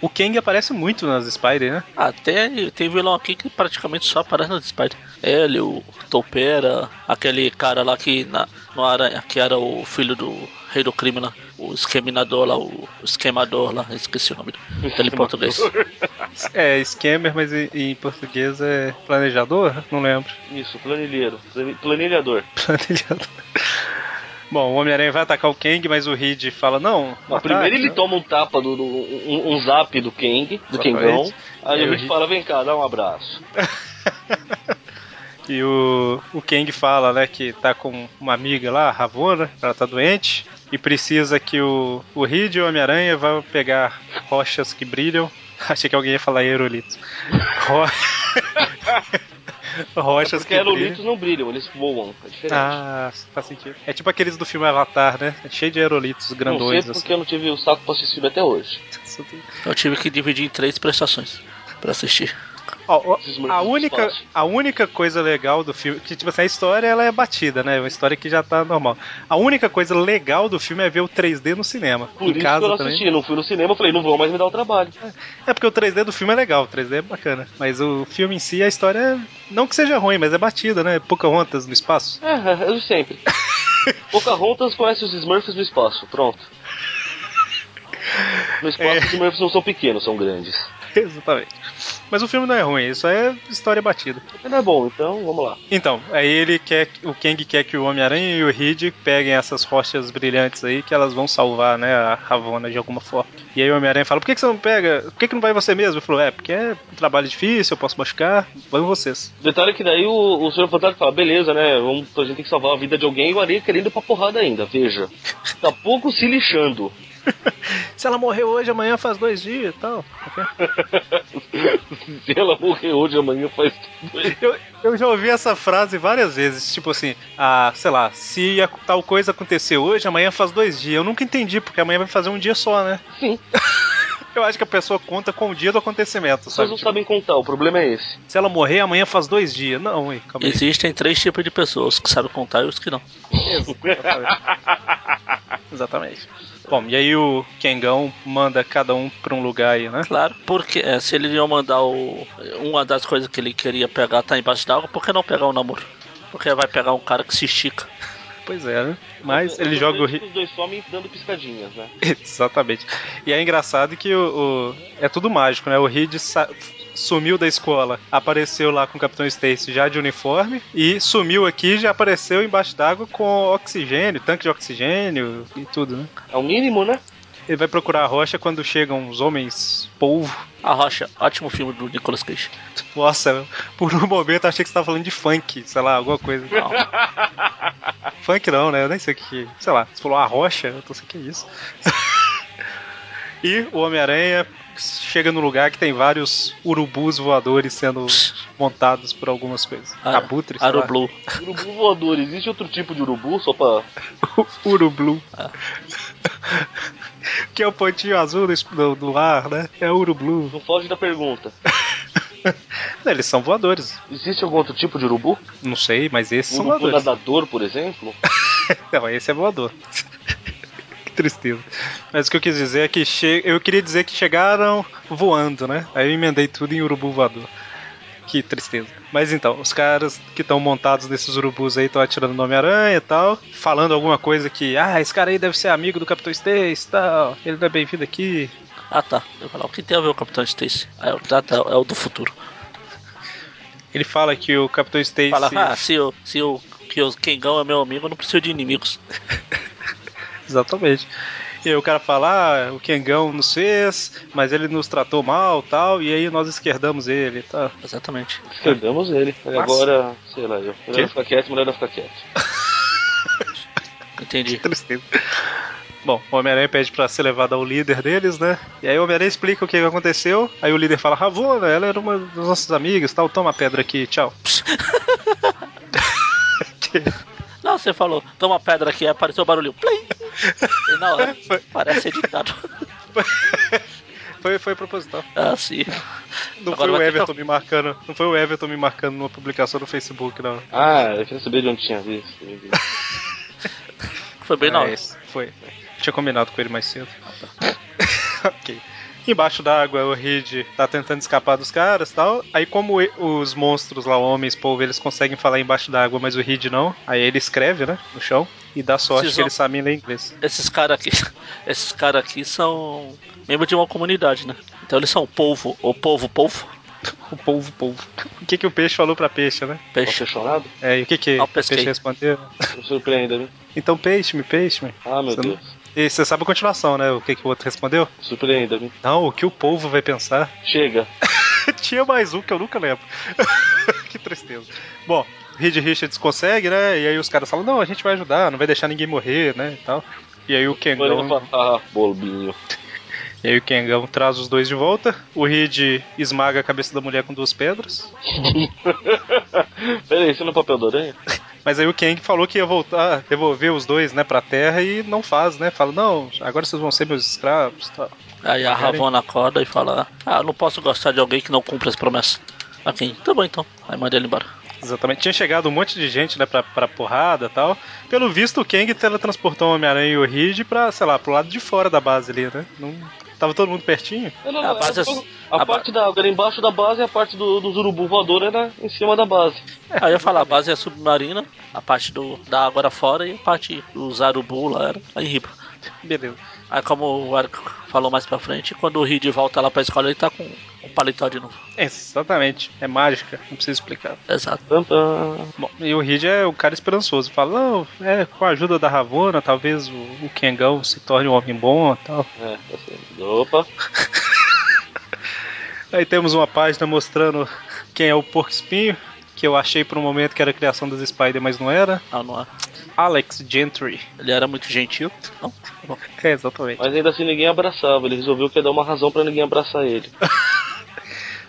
S2: O Kang aparece muito nas Spider, né?
S3: Ah, tem, tem vilão aqui que praticamente só aparece no Spider. Ele, o Topeira, aquele cara lá que, na, no aranha, que era o filho do rei do crime lá, o esqueminador lá, o esquemador lá, esqueci o nome dele dele em português.
S2: É, Scammer, mas em, em português é planejador? Não lembro.
S1: Isso, planilheiro. plane- Planilhador.
S2: planejado. Bom, o Homem-Aranha vai atacar o Kang, mas o Reed fala: não.
S1: Não,
S2: ataque,
S1: primeiro ele
S2: né?
S1: toma um tapa do. do- um, um zap do Kang, do Kengão. Aí
S2: Aí
S1: a
S2: o
S1: gente
S2: Hit-
S1: fala, vem cá, dá um abraço.
S2: E o, o Kang fala, né, que tá com uma amiga lá, a Ravona, ela tá doente. E precisa que o, o Reed e o Homem-Aranha vão pegar rochas que brilham. Achei que alguém ia falar aerolito. Ro... rochas
S1: Porque
S2: que brilham.
S1: aerolitos não brilham, eles voam. É diferente.
S2: Ah, faz sentido. É tipo aqueles do filme Avatar, né? É cheio de aerolitos
S1: não sei
S2: grandões.
S1: porque
S2: assim.
S1: eu não tive o saco pra assistir até hoje.
S2: Só tem-
S3: Eu tive que dividir em três prestações pra assistir.
S2: Ó, ó,
S1: Esses moleques
S2: a
S1: do
S2: única,
S1: espaço.
S2: a única coisa legal do filme, que tipo assim, a história ela é batida, né? É uma história que já tá normal. A única coisa legal do filme é ver o 3D no cinema.
S1: Por
S2: em
S1: isso que eu
S2: casa
S1: não
S2: também.
S1: assisti, não fui no cinema, eu falei, não vão mais me dar o trabalho.
S2: É porque o 3D do filme é legal, o 3D é bacana. Mas o filme em si, a história, é- não que seja ruim, mas é batida, né? Pocahontas no espaço.
S1: É, eu sempre. Pocahontas conhece os Smurfs no espaço, pronto. No espaço,
S2: É.
S1: os Smurfs não são pequenos, são grandes.
S2: Exatamente. Mas o filme não é ruim, isso é história batida.
S1: Mas não é bom, então vamos lá.
S2: Então, aí ele quer, o Kang quer que o Homem-Aranha e o Reed peguem essas rochas brilhantes aí, que elas vão salvar, né, a Ravonna de alguma forma. E aí o Homem-Aranha fala, por que, que você não pega, por que, que não vai você mesmo? Ele falou, é, porque é um trabalho difícil, eu posso machucar, vão vocês.
S1: Detalhe que daí o, o Senhor Fantástico fala, beleza, né? Vamos, a gente tem que salvar a vida de alguém e o Areia querendo ir pra porrada ainda, veja. Tá pouco se lixando.
S2: Se ela morrer hoje, amanhã faz dois dias e tal.
S1: se ela morrer hoje amanhã faz dois.
S2: Eu, eu já ouvi essa frase várias vezes, tipo assim, ah, sei lá, se a tal coisa acontecer hoje, amanhã faz dois dias. Eu nunca entendi, porque amanhã vai fazer um dia só, né?
S1: Sim.
S2: Eu acho que a pessoa conta com o dia do acontecimento,
S1: As pessoas
S2: sabe? Tipo,
S1: não sabem contar, o problema é esse.
S2: Se ela morrer, amanhã faz dois dias. Não, ué, calma aí.
S3: Existem três tipos de pessoas, os que sabem contar e os que não.
S2: Exatamente. Bom, e aí o Kengão manda cada um pra um lugar aí, né?
S3: Claro, porque é, se ele ia mandar o. Uma das coisas que ele queria pegar tá embaixo d'água, por que não pegar o namoro? Porque vai pegar um cara que se estica.
S2: Pois é, né? Mas
S1: Os-
S2: ele
S1: os
S2: joga o.
S1: dois-
S2: ri-
S1: Os dois somem dando piscadinhas, né?
S2: Exatamente. E é engraçado que o, o- é tudo mágico, né? O Reed sa- sumiu da escola, apareceu lá com o Capitão Stacy já de uniforme e sumiu aqui já apareceu embaixo d'água com oxigênio, tanque de oxigênio e tudo, né?
S1: É o mínimo, né?
S2: Ele vai procurar a rocha quando chegam os homens polvo.
S3: A Rocha, ótimo filme do Nicolas Cage.
S2: Nossa, por um momento eu achei que você tava falando de funk, sei lá, alguma coisa.
S3: Não.
S2: Funk não, né? Eu nem sei o que. Sei lá, você falou a rocha, eu tô sei o que é isso. e o Homem-Aranha chega no lugar que tem vários urubus voadores sendo montados por algumas coisas.
S3: Ah,
S2: Abutres, sei lá.
S3: Arublu.
S1: Urubu voador, existe outro tipo de urubu, só pra.
S2: Urublu.
S3: Ah.
S2: que é o pontinho azul do, es- do, do ar, né? É o Urublu.
S1: Não foge da pergunta.
S2: Eles são voadores.
S1: Existe algum outro tipo de urubu?
S2: Não sei, mas esses
S1: Um
S2: são
S1: urubu
S2: voadores.
S1: nadador, por exemplo?
S2: Não, esse é voador. que tristeza. Mas o que eu quis dizer é que che... eu queria dizer que chegaram voando, né? Aí eu emendei tudo em urubu voador. Que tristeza. Mas então, os caras que estão montados nesses urubus aí estão atirando no Homem-Aranha e tal, falando alguma coisa que, ah, esse cara aí deve ser amigo do Capitão Stacy e tal, ele não é bem-vindo aqui.
S3: Ah tá. Eu falar, o que tem a ver o Capitão Stacy? Ah, é o, tá, tá, é o do futuro.
S2: Ele fala que o Capitão Stacy.
S3: Fala, ah, se o, se o, que o Kengão é meu amigo, eu não preciso de inimigos.
S2: Exatamente. E aí o cara fala, ah, o Kengão nos fez, mas ele nos tratou mal tal, e aí nós esquerdamos ele e tal.
S3: Exatamente.
S1: Pegamos ele.
S2: Nossa.
S1: Agora, sei lá, eu.
S2: Quê?
S1: Melhor ficar quieto, melhor ficar quieto.
S3: Entendi.
S2: Tristeza. Bom, o Homem-Aranha pede pra ser levado ao líder deles, né? E aí o Homem-Aranha explica o que aconteceu. Aí o líder fala, Ravona, ela era uma das nossas amigas, tal, toma a pedra aqui, tchau.
S3: Não, você falou, toma pedra aqui, aí apareceu o barulho. Plim! E na hora, parece editado.
S2: Foi, foi proposital.
S3: Ah, sim.
S2: Não foi
S3: Agora
S2: o
S3: vai ter
S2: Everton me marcando. Não foi o Everton me marcando numa publicação no Facebook, não.
S1: Ah, eu queria saber de onde tinha visto.
S3: Foi bem na hora.
S2: Mas É, Foi. Tinha combinado com ele mais cedo. ok. Embaixo d'água, o Reed tá tentando escapar dos caras e tal. Aí, como e- os monstros lá, homens, povo, eles conseguem falar embaixo d'água, mas o Reed não. Aí ele escreve, né? No chão. E dá sorte
S3: Vocês
S2: que
S3: vão-
S2: ele sabe ler inglês.
S3: Esses caras aqui, esses cara aqui são membros de uma comunidade, né? Então eles são polvo, ou polvo, polvo,
S2: O povo, povo. O que, que o peixe falou pra peixe, né?
S1: Posso
S3: peixe.
S1: ter chorado?
S2: É, e o que, que o
S3: Ah, eu pesquei.
S2: peixe respondeu?
S1: Não surpreenda, viu?
S2: Então, peixe-me, peixe-me.
S1: Ah, meu
S2: Você não-
S1: Deus.
S2: E você sabe a continuação, né? O que, que o outro respondeu?
S1: Surpreenda-me.
S2: Não, o que o povo vai pensar.
S1: Chega.
S2: Tinha mais um que eu nunca lembro. que tristeza. Bom, Reed Richards consegue, né? E aí os caras falam, não, a gente vai ajudar, não vai deixar ninguém morrer, né? E, tal. e aí o Kengão.
S1: Olha pra- Ah, bolbinho.
S2: E aí o Kengão traz os dois de volta. O Reed esmaga a cabeça da mulher com duas pedras.
S1: Peraí, isso não é papel do aranha?
S2: Mas aí o Kang falou que ia voltar, devolver os dois, né, pra terra e não faz, né? Fala, não, agora vocês vão ser meus escravos e tal.
S3: Aí a Ravona acorda e fala: Ah, eu não posso gostar de alguém que não cumpre as promessas. Ok, tá bom então. Aí manda ele embora.
S2: Exatamente. Tinha chegado um monte de gente, né, pra, pra porrada e tal. Pelo visto, o Kang teletransportou o Homem-Aranha e o Reed pra, sei lá, pro lado de fora da base ali, né? Não... Tava todo mundo pertinho?
S1: Não, não,
S3: A
S1: não,
S3: base
S1: é-
S3: é-
S1: a
S3: a ba-
S1: parte da água era embaixo da base e a parte do, dos urubu voador era em cima da base.
S3: Aí eu ia falar: a base é submarina, a parte do, da água era fora e a parte do Zarubu lá era aí riba.
S2: Beleza.
S3: Aí, Ah, como o Eric falou mais pra frente, quando o Reed volta lá pra escola, ele tá com um paletó de novo.
S2: Exatamente. É mágica, não precisa explicar.
S3: Exato.
S1: Tam, tam.
S2: Bom, e o Reed é o cara esperançoso. Fala, não, é, com a ajuda da Ravona, talvez o, o Kangão se torne um homem bom e tal.
S1: É, assim. Opa,
S2: Aí temos uma página mostrando quem é o Porco Espinho, que eu achei por um momento que era a criação das Spider, mas não era.
S3: Ah, não é.
S2: Alex Gentry.
S3: Ele era muito gentil. Não? Bom,
S2: É, exatamente.
S1: mas ainda assim ninguém abraçava. Ele resolveu que ia dar uma razão pra ninguém abraçar ele.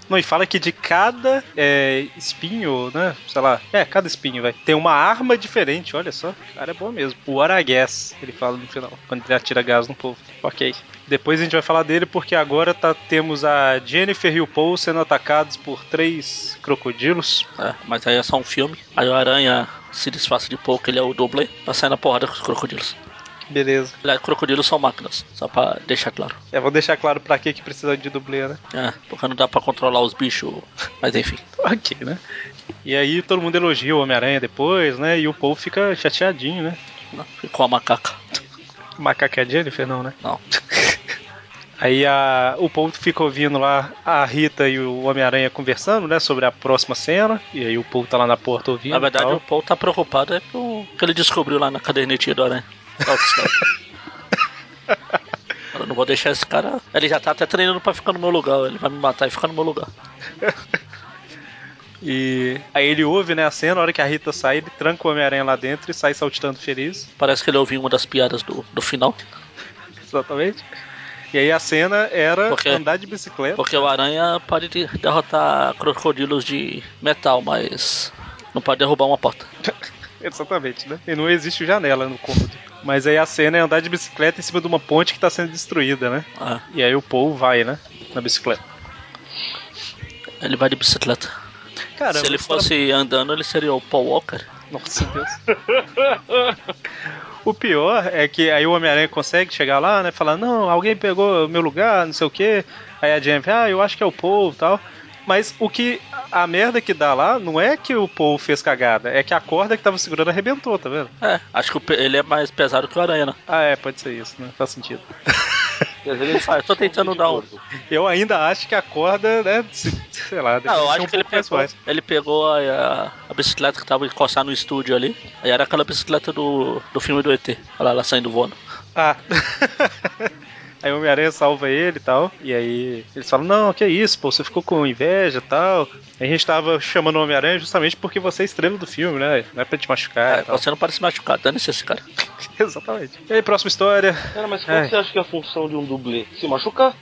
S2: Não, e fala que de cada é, espinho, né? Sei lá, é, cada espinho, vai. Tem uma arma diferente, olha só. O cara é bom mesmo. O Aragás, ele fala no final, quando ele atira gás no povo. Ok. Depois a gente vai falar dele porque agora tá, temos a Jennifer e o Paul sendo atacados por três crocodilos.
S3: É, mas aí é só um filme. Aí o Aranha se disfarça de pouco, ele é o dublê, pra sair na porrada com os crocodilos.
S2: Beleza.
S3: Aliás, crocodilos são máquinas, só pra deixar claro.
S2: É, vou deixar claro pra que que precisa de dublê, né?
S3: É, porque não dá pra controlar os bichos, mas enfim.
S2: Ok, né? E aí todo mundo elogia o Homem-Aranha depois, né? E o Paul fica chateadinho, né?
S3: né? Ficou a macaca.
S2: Macaca é Jennifer, não, né?
S3: Não.
S2: Aí a- o Paul fica ouvindo lá a Rita e o Homem-Aranha conversando, né? Sobre a próxima cena. E aí o Paul tá lá na porta ouvindo.
S3: Na
S2: e
S3: verdade,
S2: tal.
S3: o Paul tá preocupado é com o que ele descobriu lá na cadernetinha do Aranha. Olha esse cara. Eu não vou deixar esse cara. Ele já tá até treinando pra ficar no meu lugar. Ele vai me matar e ficar no meu lugar.
S2: E aí ele ouve, né, a cena, na hora que a Rita sai, ele tranca o Homem-Aranha lá dentro e sai saltitando feliz.
S3: Parece que ele ouviu uma das piadas do, do final.
S2: Exatamente. E aí a cena era
S3: Porque-
S2: andar de bicicleta.
S3: Porque o Aranha pode de- derrotar crocodilos de metal, mas não pode derrubar uma porta.
S2: Exatamente, né? E não existe janela no cômodo. Mas aí a cena é andar de bicicleta em cima de uma ponte que tá sendo destruída, né?
S3: Ah,
S2: E aí o Paul vai, né? Na bicicleta.
S3: ele vai de bicicleta.
S2: Caramba,
S3: Se ele
S2: isso era-
S3: fosse andando, ele seria o Paul Walker.
S2: Nossa Deus. o pior é que aí o Homem-Aranha consegue chegar lá, né? Falar, não, alguém pegou meu lugar, não sei o quê. Aí a Jennifer, ah, eu acho que é o Paul e tal. Mas o que. A merda que dá lá não é que o Paul fez cagada, é que a corda que tava segurando arrebentou, tá vendo?
S3: É, acho que o pe- ele é mais pesado que o Aranha, né?
S2: Ah, é, pode ser isso, né? Faz sentido.
S1: Quer dizer, ele-
S3: Ah, eu tô tentando dar um.
S2: Eu ainda acho que a corda, né? se- sei lá, deve
S3: Ah, eu
S2: ser
S3: acho
S2: um
S3: que ele
S2: pouco mais
S3: pegou,
S2: fácil.
S3: ele pegou a, a- a bicicleta que tava encostada no estúdio ali. Aí era aquela bicicleta do, do filme do ET. Olha lá, ela saindo voando.
S2: Ah. Aí o Homem-Aranha salva ele e tal. E aí eles falam: Não, que isso, pô, você ficou com inveja e tal. Aí a gente tava chamando o Homem-Aranha justamente porque você é estrela do filme, né? Não é pra te machucar
S3: É,
S2: e tal.
S3: você não pode se machucar, dane-se esse cara.
S2: Exatamente. E aí, próxima história.
S1: Cara, mas qual
S2: Ai.
S1: que você acha que é a função de um dublê? Se machucar?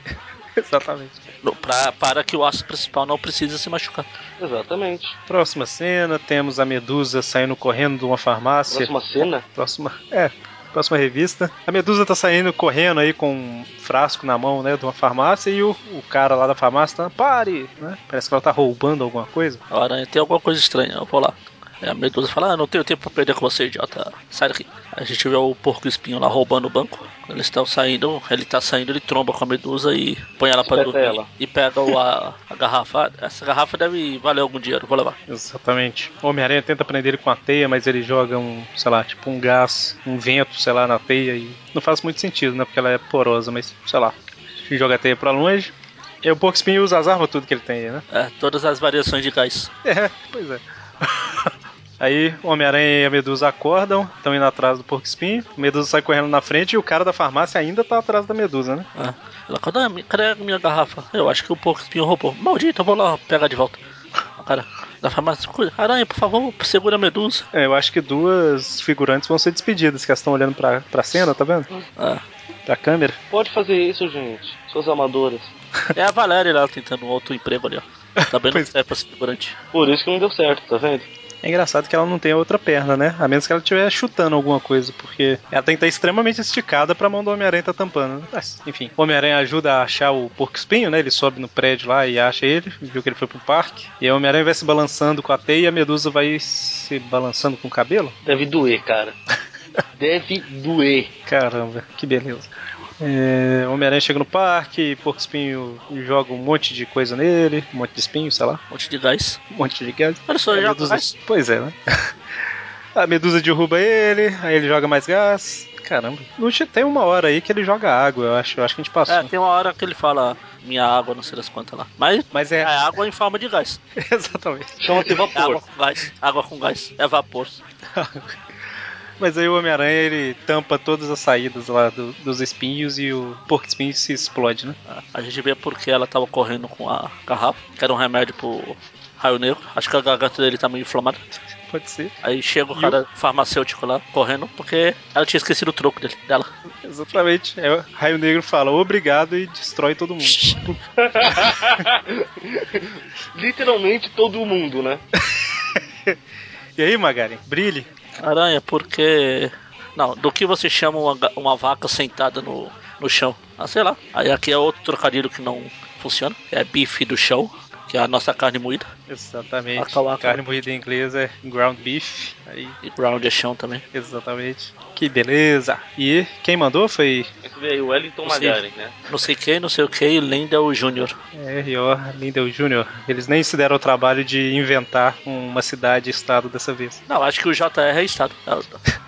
S2: Exatamente.
S3: No- pra- para que o aço principal não precise se machucar.
S1: Exatamente.
S2: Próxima cena: temos a Medusa saindo correndo de uma farmácia.
S1: Próxima cena?
S2: Próxima. É. Próxima revista. A Medusa tá saindo correndo aí com um frasco na mão, né? De uma farmácia. E o, o cara lá da farmácia tá. Pare! Né? Parece que ela tá roubando alguma coisa.
S3: A aranha tem alguma coisa estranha, eu vou lá. Aí a medusa fala, ah, não tenho tempo pra perder com você, idiota. Sai daqui. A gente vê o porco espinho lá roubando o banco. Eles estão saindo, ele tá saindo, ele tromba com a medusa e põe ela pra
S1: Espeta
S3: dormir.
S1: ela.
S3: E pega o- a, a garrafa. Ah, Essa garrafa deve valer algum dinheiro, vou levar.
S2: Exatamente. O Homem-Aranha tenta prender ele com a teia, mas ele joga um, sei lá, tipo um gás, um vento, sei lá, na teia e não faz muito sentido, né? Porque ela é porosa, mas sei lá. Joga a teia pra longe. E o Porco-Espinho usa as armas tudo que ele tem, né?
S3: É, todas as variações de gás.
S2: É, pois é. Aí o Homem-Aranha e a Medusa acordam, estão indo atrás do Porco-Espinho. A Medusa sai correndo na frente e o cara da farmácia ainda tá atrás da Medusa, né?
S3: Ah, ela fala, "Ah, mi- cadê a minha garrafa? Eu acho que o porco espinho roubou. Maldito, eu vou lá pegar de volta. O cara da farmácia, "Cuida, aranha, por favor, segura a medusa.
S2: É, eu acho que duas figurantes vão ser despedidas, que elas estão olhando pra, pra cena, tá vendo?
S3: Ah,
S2: Pra câmera.
S1: Pode fazer isso, gente. Suas amadoras.
S3: é a Valéria lá tentando um outro emprego ali, ó. Tá Também não
S2: Pois é.
S3: serve pra segurante.
S1: Por isso que não deu certo, tá vendo?
S2: É engraçado que ela não tem a outra perna, né? A menos que ela estiver chutando alguma coisa, porque ela tem que estar extremamente esticada pra mão do Homem-Aranha tá tampando. né? Mas, enfim, o Homem-Aranha ajuda a achar o porco-espinho, né? Ele sobe no prédio lá e acha ele, viu que ele foi pro parque. E aí o Homem-Aranha vai se balançando com a teia e a Medusa vai se balançando com o cabelo.
S1: Deve doer, cara. Deve doer.
S2: Caramba, que beleza. É, o Homem-Aranha chega no parque, porco-espinho joga um monte de coisa nele, um monte de espinho, sei lá,
S3: Um monte de gás.
S2: um monte de gás.
S3: Olha só,
S2: A
S3: já
S2: Medusa-
S3: gás.
S2: Pois é, né? A Medusa derruba ele, aí ele joga mais gás. Caramba. Não che- tem uma hora aí que ele joga água, eu acho. Eu acho que a gente passou.
S3: É, tem uma hora que ele fala minha água, não sei das quantas lá. Mas
S2: Mas
S3: é
S2: é.
S3: água em forma de gás.
S2: Exatamente.
S3: É
S1: Chama-se
S3: água
S1: vapor.
S3: com gás. Água com gás. É vapor.
S2: Mas aí o Homem-Aranha ele tampa todas as saídas lá do- dos espinhos e o porco espinho se explode, né?
S3: Ah, A gente vê porque ela tava correndo com a garrafa, que era um remédio pro raio negro. Acho que a garganta dele tá meio inflamada.
S2: Pode ser.
S3: Aí chega o
S2: E
S3: cara farmacêutico lá, correndo, porque ela tinha esquecido o troco dele, dela.
S2: Exatamente. É, Raio Negro fala obrigado e destrói todo mundo.
S1: Literalmente todo mundo, né?
S2: E aí, Magaren, brilhe.
S3: Aranha, porque. Não, do que você chama uma, ga- uma vaca sentada no, no chão? Ah, sei lá. Aí aqui é outro trocadilho que não funciona. É bife do chão, que é a nossa carne moída.
S2: Exatamente.
S3: Waka waka.
S2: Carne moída em inglês é ground beef. Aí,
S3: E ground é chão também.
S2: exatamente. Que beleza. E quem mandou foi
S1: Esse daí, o Wellington
S3: Sim.
S1: Magaren, né?
S3: Não sei quem, não sei é o que, Lendel Júnior.
S2: R.O. Lindel Jr. Eles nem se deram o trabalho de inventar uma cidade e estado dessa vez.
S3: Não, acho que o JR é Estado. É o-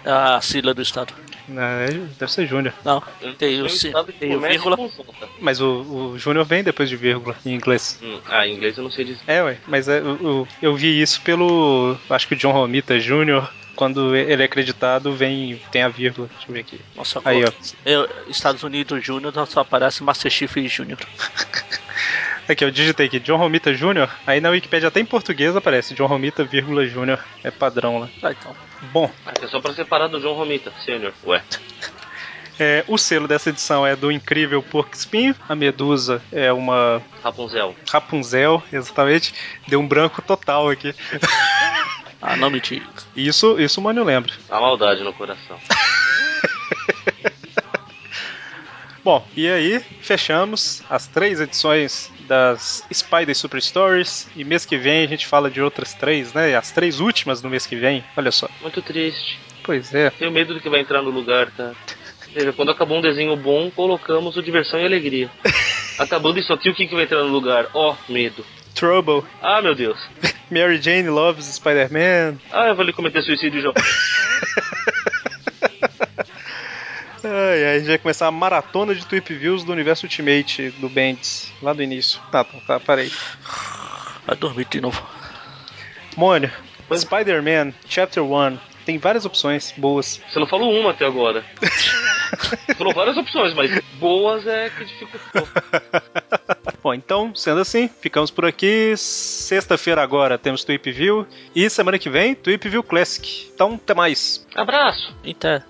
S3: É a sigla do Estado.
S2: Não, é- Deve ser Júnior.
S3: Não,
S1: Ele
S3: tem o,
S1: um
S3: si-
S1: estado que
S3: tem o
S1: começa
S3: vírgula.
S1: com Santa.
S2: Mas o, o Júnior vem depois de vírgula em inglês.
S1: Hum, ah, em inglês eu não sei dizer.
S2: É, ué, mas é, eu, eu- eu vi isso pelo. Acho que o John Romita Jr., quando ele é acreditado, vem, tem a vírgula. Deixa eu ver aqui.
S3: Nossa,
S2: Aí, ó.
S3: eu- Estados Unidos Júnior só aparece Master Chief Júnior.
S2: Aqui, eu digitei aqui, John Romita Jr. Aí na Wikipedia até em português aparece, John Romita, vírgula Jr. É padrão lá.
S3: Tá, então.
S2: Bom,
S1: Ah, É só pra separar do João Romita, sênior. Ué.
S2: é, o selo dessa edição é do incrível Porco Espinho. A Medusa é uma
S1: Rapunzel.
S2: Rapunzel, exatamente. Deu um branco total aqui.
S3: Ah, não me diga.
S2: Isso, isso o Mano lembra.
S1: A maldade no coração.
S2: Bom, e aí fechamos as três edições das Spider Super Stories. E mês que vem a gente fala de outras três, né? As três últimas no mês que vem. Olha só.
S1: Muito triste.
S2: Pois é.
S1: Tenho medo do que vai entrar no lugar, cara. Veja, quando acabou um desenho bom, colocamos o diversão e alegria. Acabando isso aqui, o que, que vai entrar no lugar? Ó, medo.
S2: Trouble.
S1: Ah, meu Deus.
S2: Mary Jane loves Spider-Man.
S1: Ah, eu vou lhe cometer suicídio já.
S2: Ai, ai, a gente vai começar a maratona de Tweep Views do universo Ultimate do Bendis, lá do início. Tá, tá, tá parei.
S3: Vai dormir de novo.
S2: Mônio,
S1: Pois-
S2: Spider-Man, Chapter 1. Tem várias opções boas.
S1: Você não falou uma até agora. falou várias opções, mas boas é que dificultou.
S2: Bom, então, sendo assim, ficamos por aqui. Sexta-feira agora temos Tweep View. E semana que vem, Tweep View Classic. Então, até mais.
S1: Abraço.
S3: Então.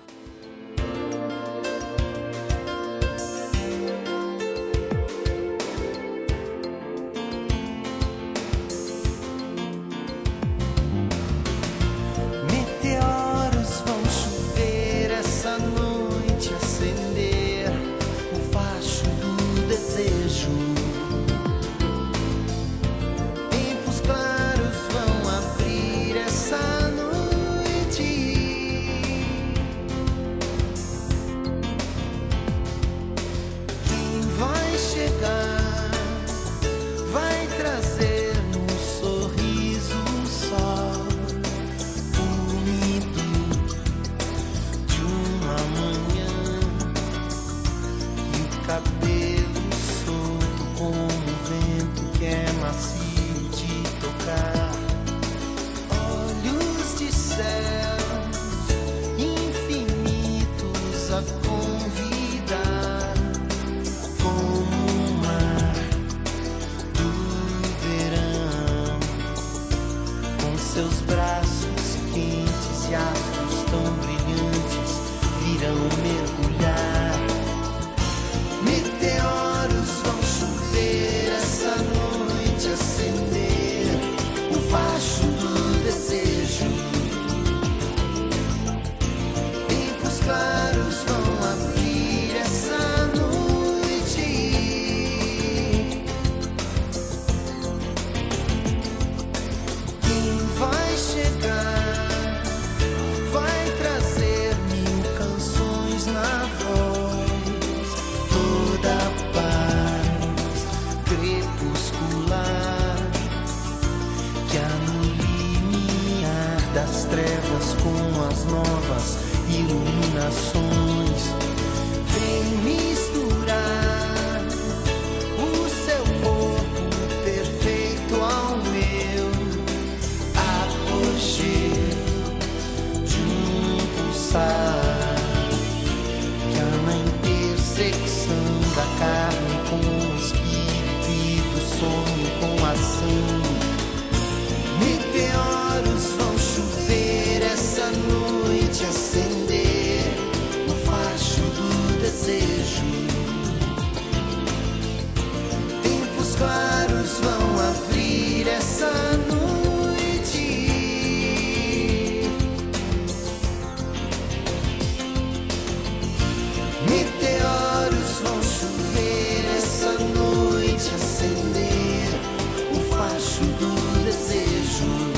S5: Meteoros vão chover essa noite, acender o facho do desejo. Tempos claros vão abrir essa noite. Quem vai chegar vai trazer um sorriso só bonito de uma manhã e o cabelo solto como o vento que é macio de tocar. Olhos de céu infinitos a convidar, como o mar do verão com seus braços quentes e astros tão brilhantes virão mergulhar. Meteoros vão chover essa noite, acender o facho do desejo. Tempos claros vão abrir essa noite. Quem vai chegar vai trazer mil canções na voz, toda a paz crepuscular que há no limiar das trevas com as novas iluminações. Vem misturar o seu corpo perfeito ao meu a fugir de um pulsar que há na intersecção da carne com o espírito e do sonho com a ação. Meteoros vão chover essa noite, acender o facho do desejo. azul.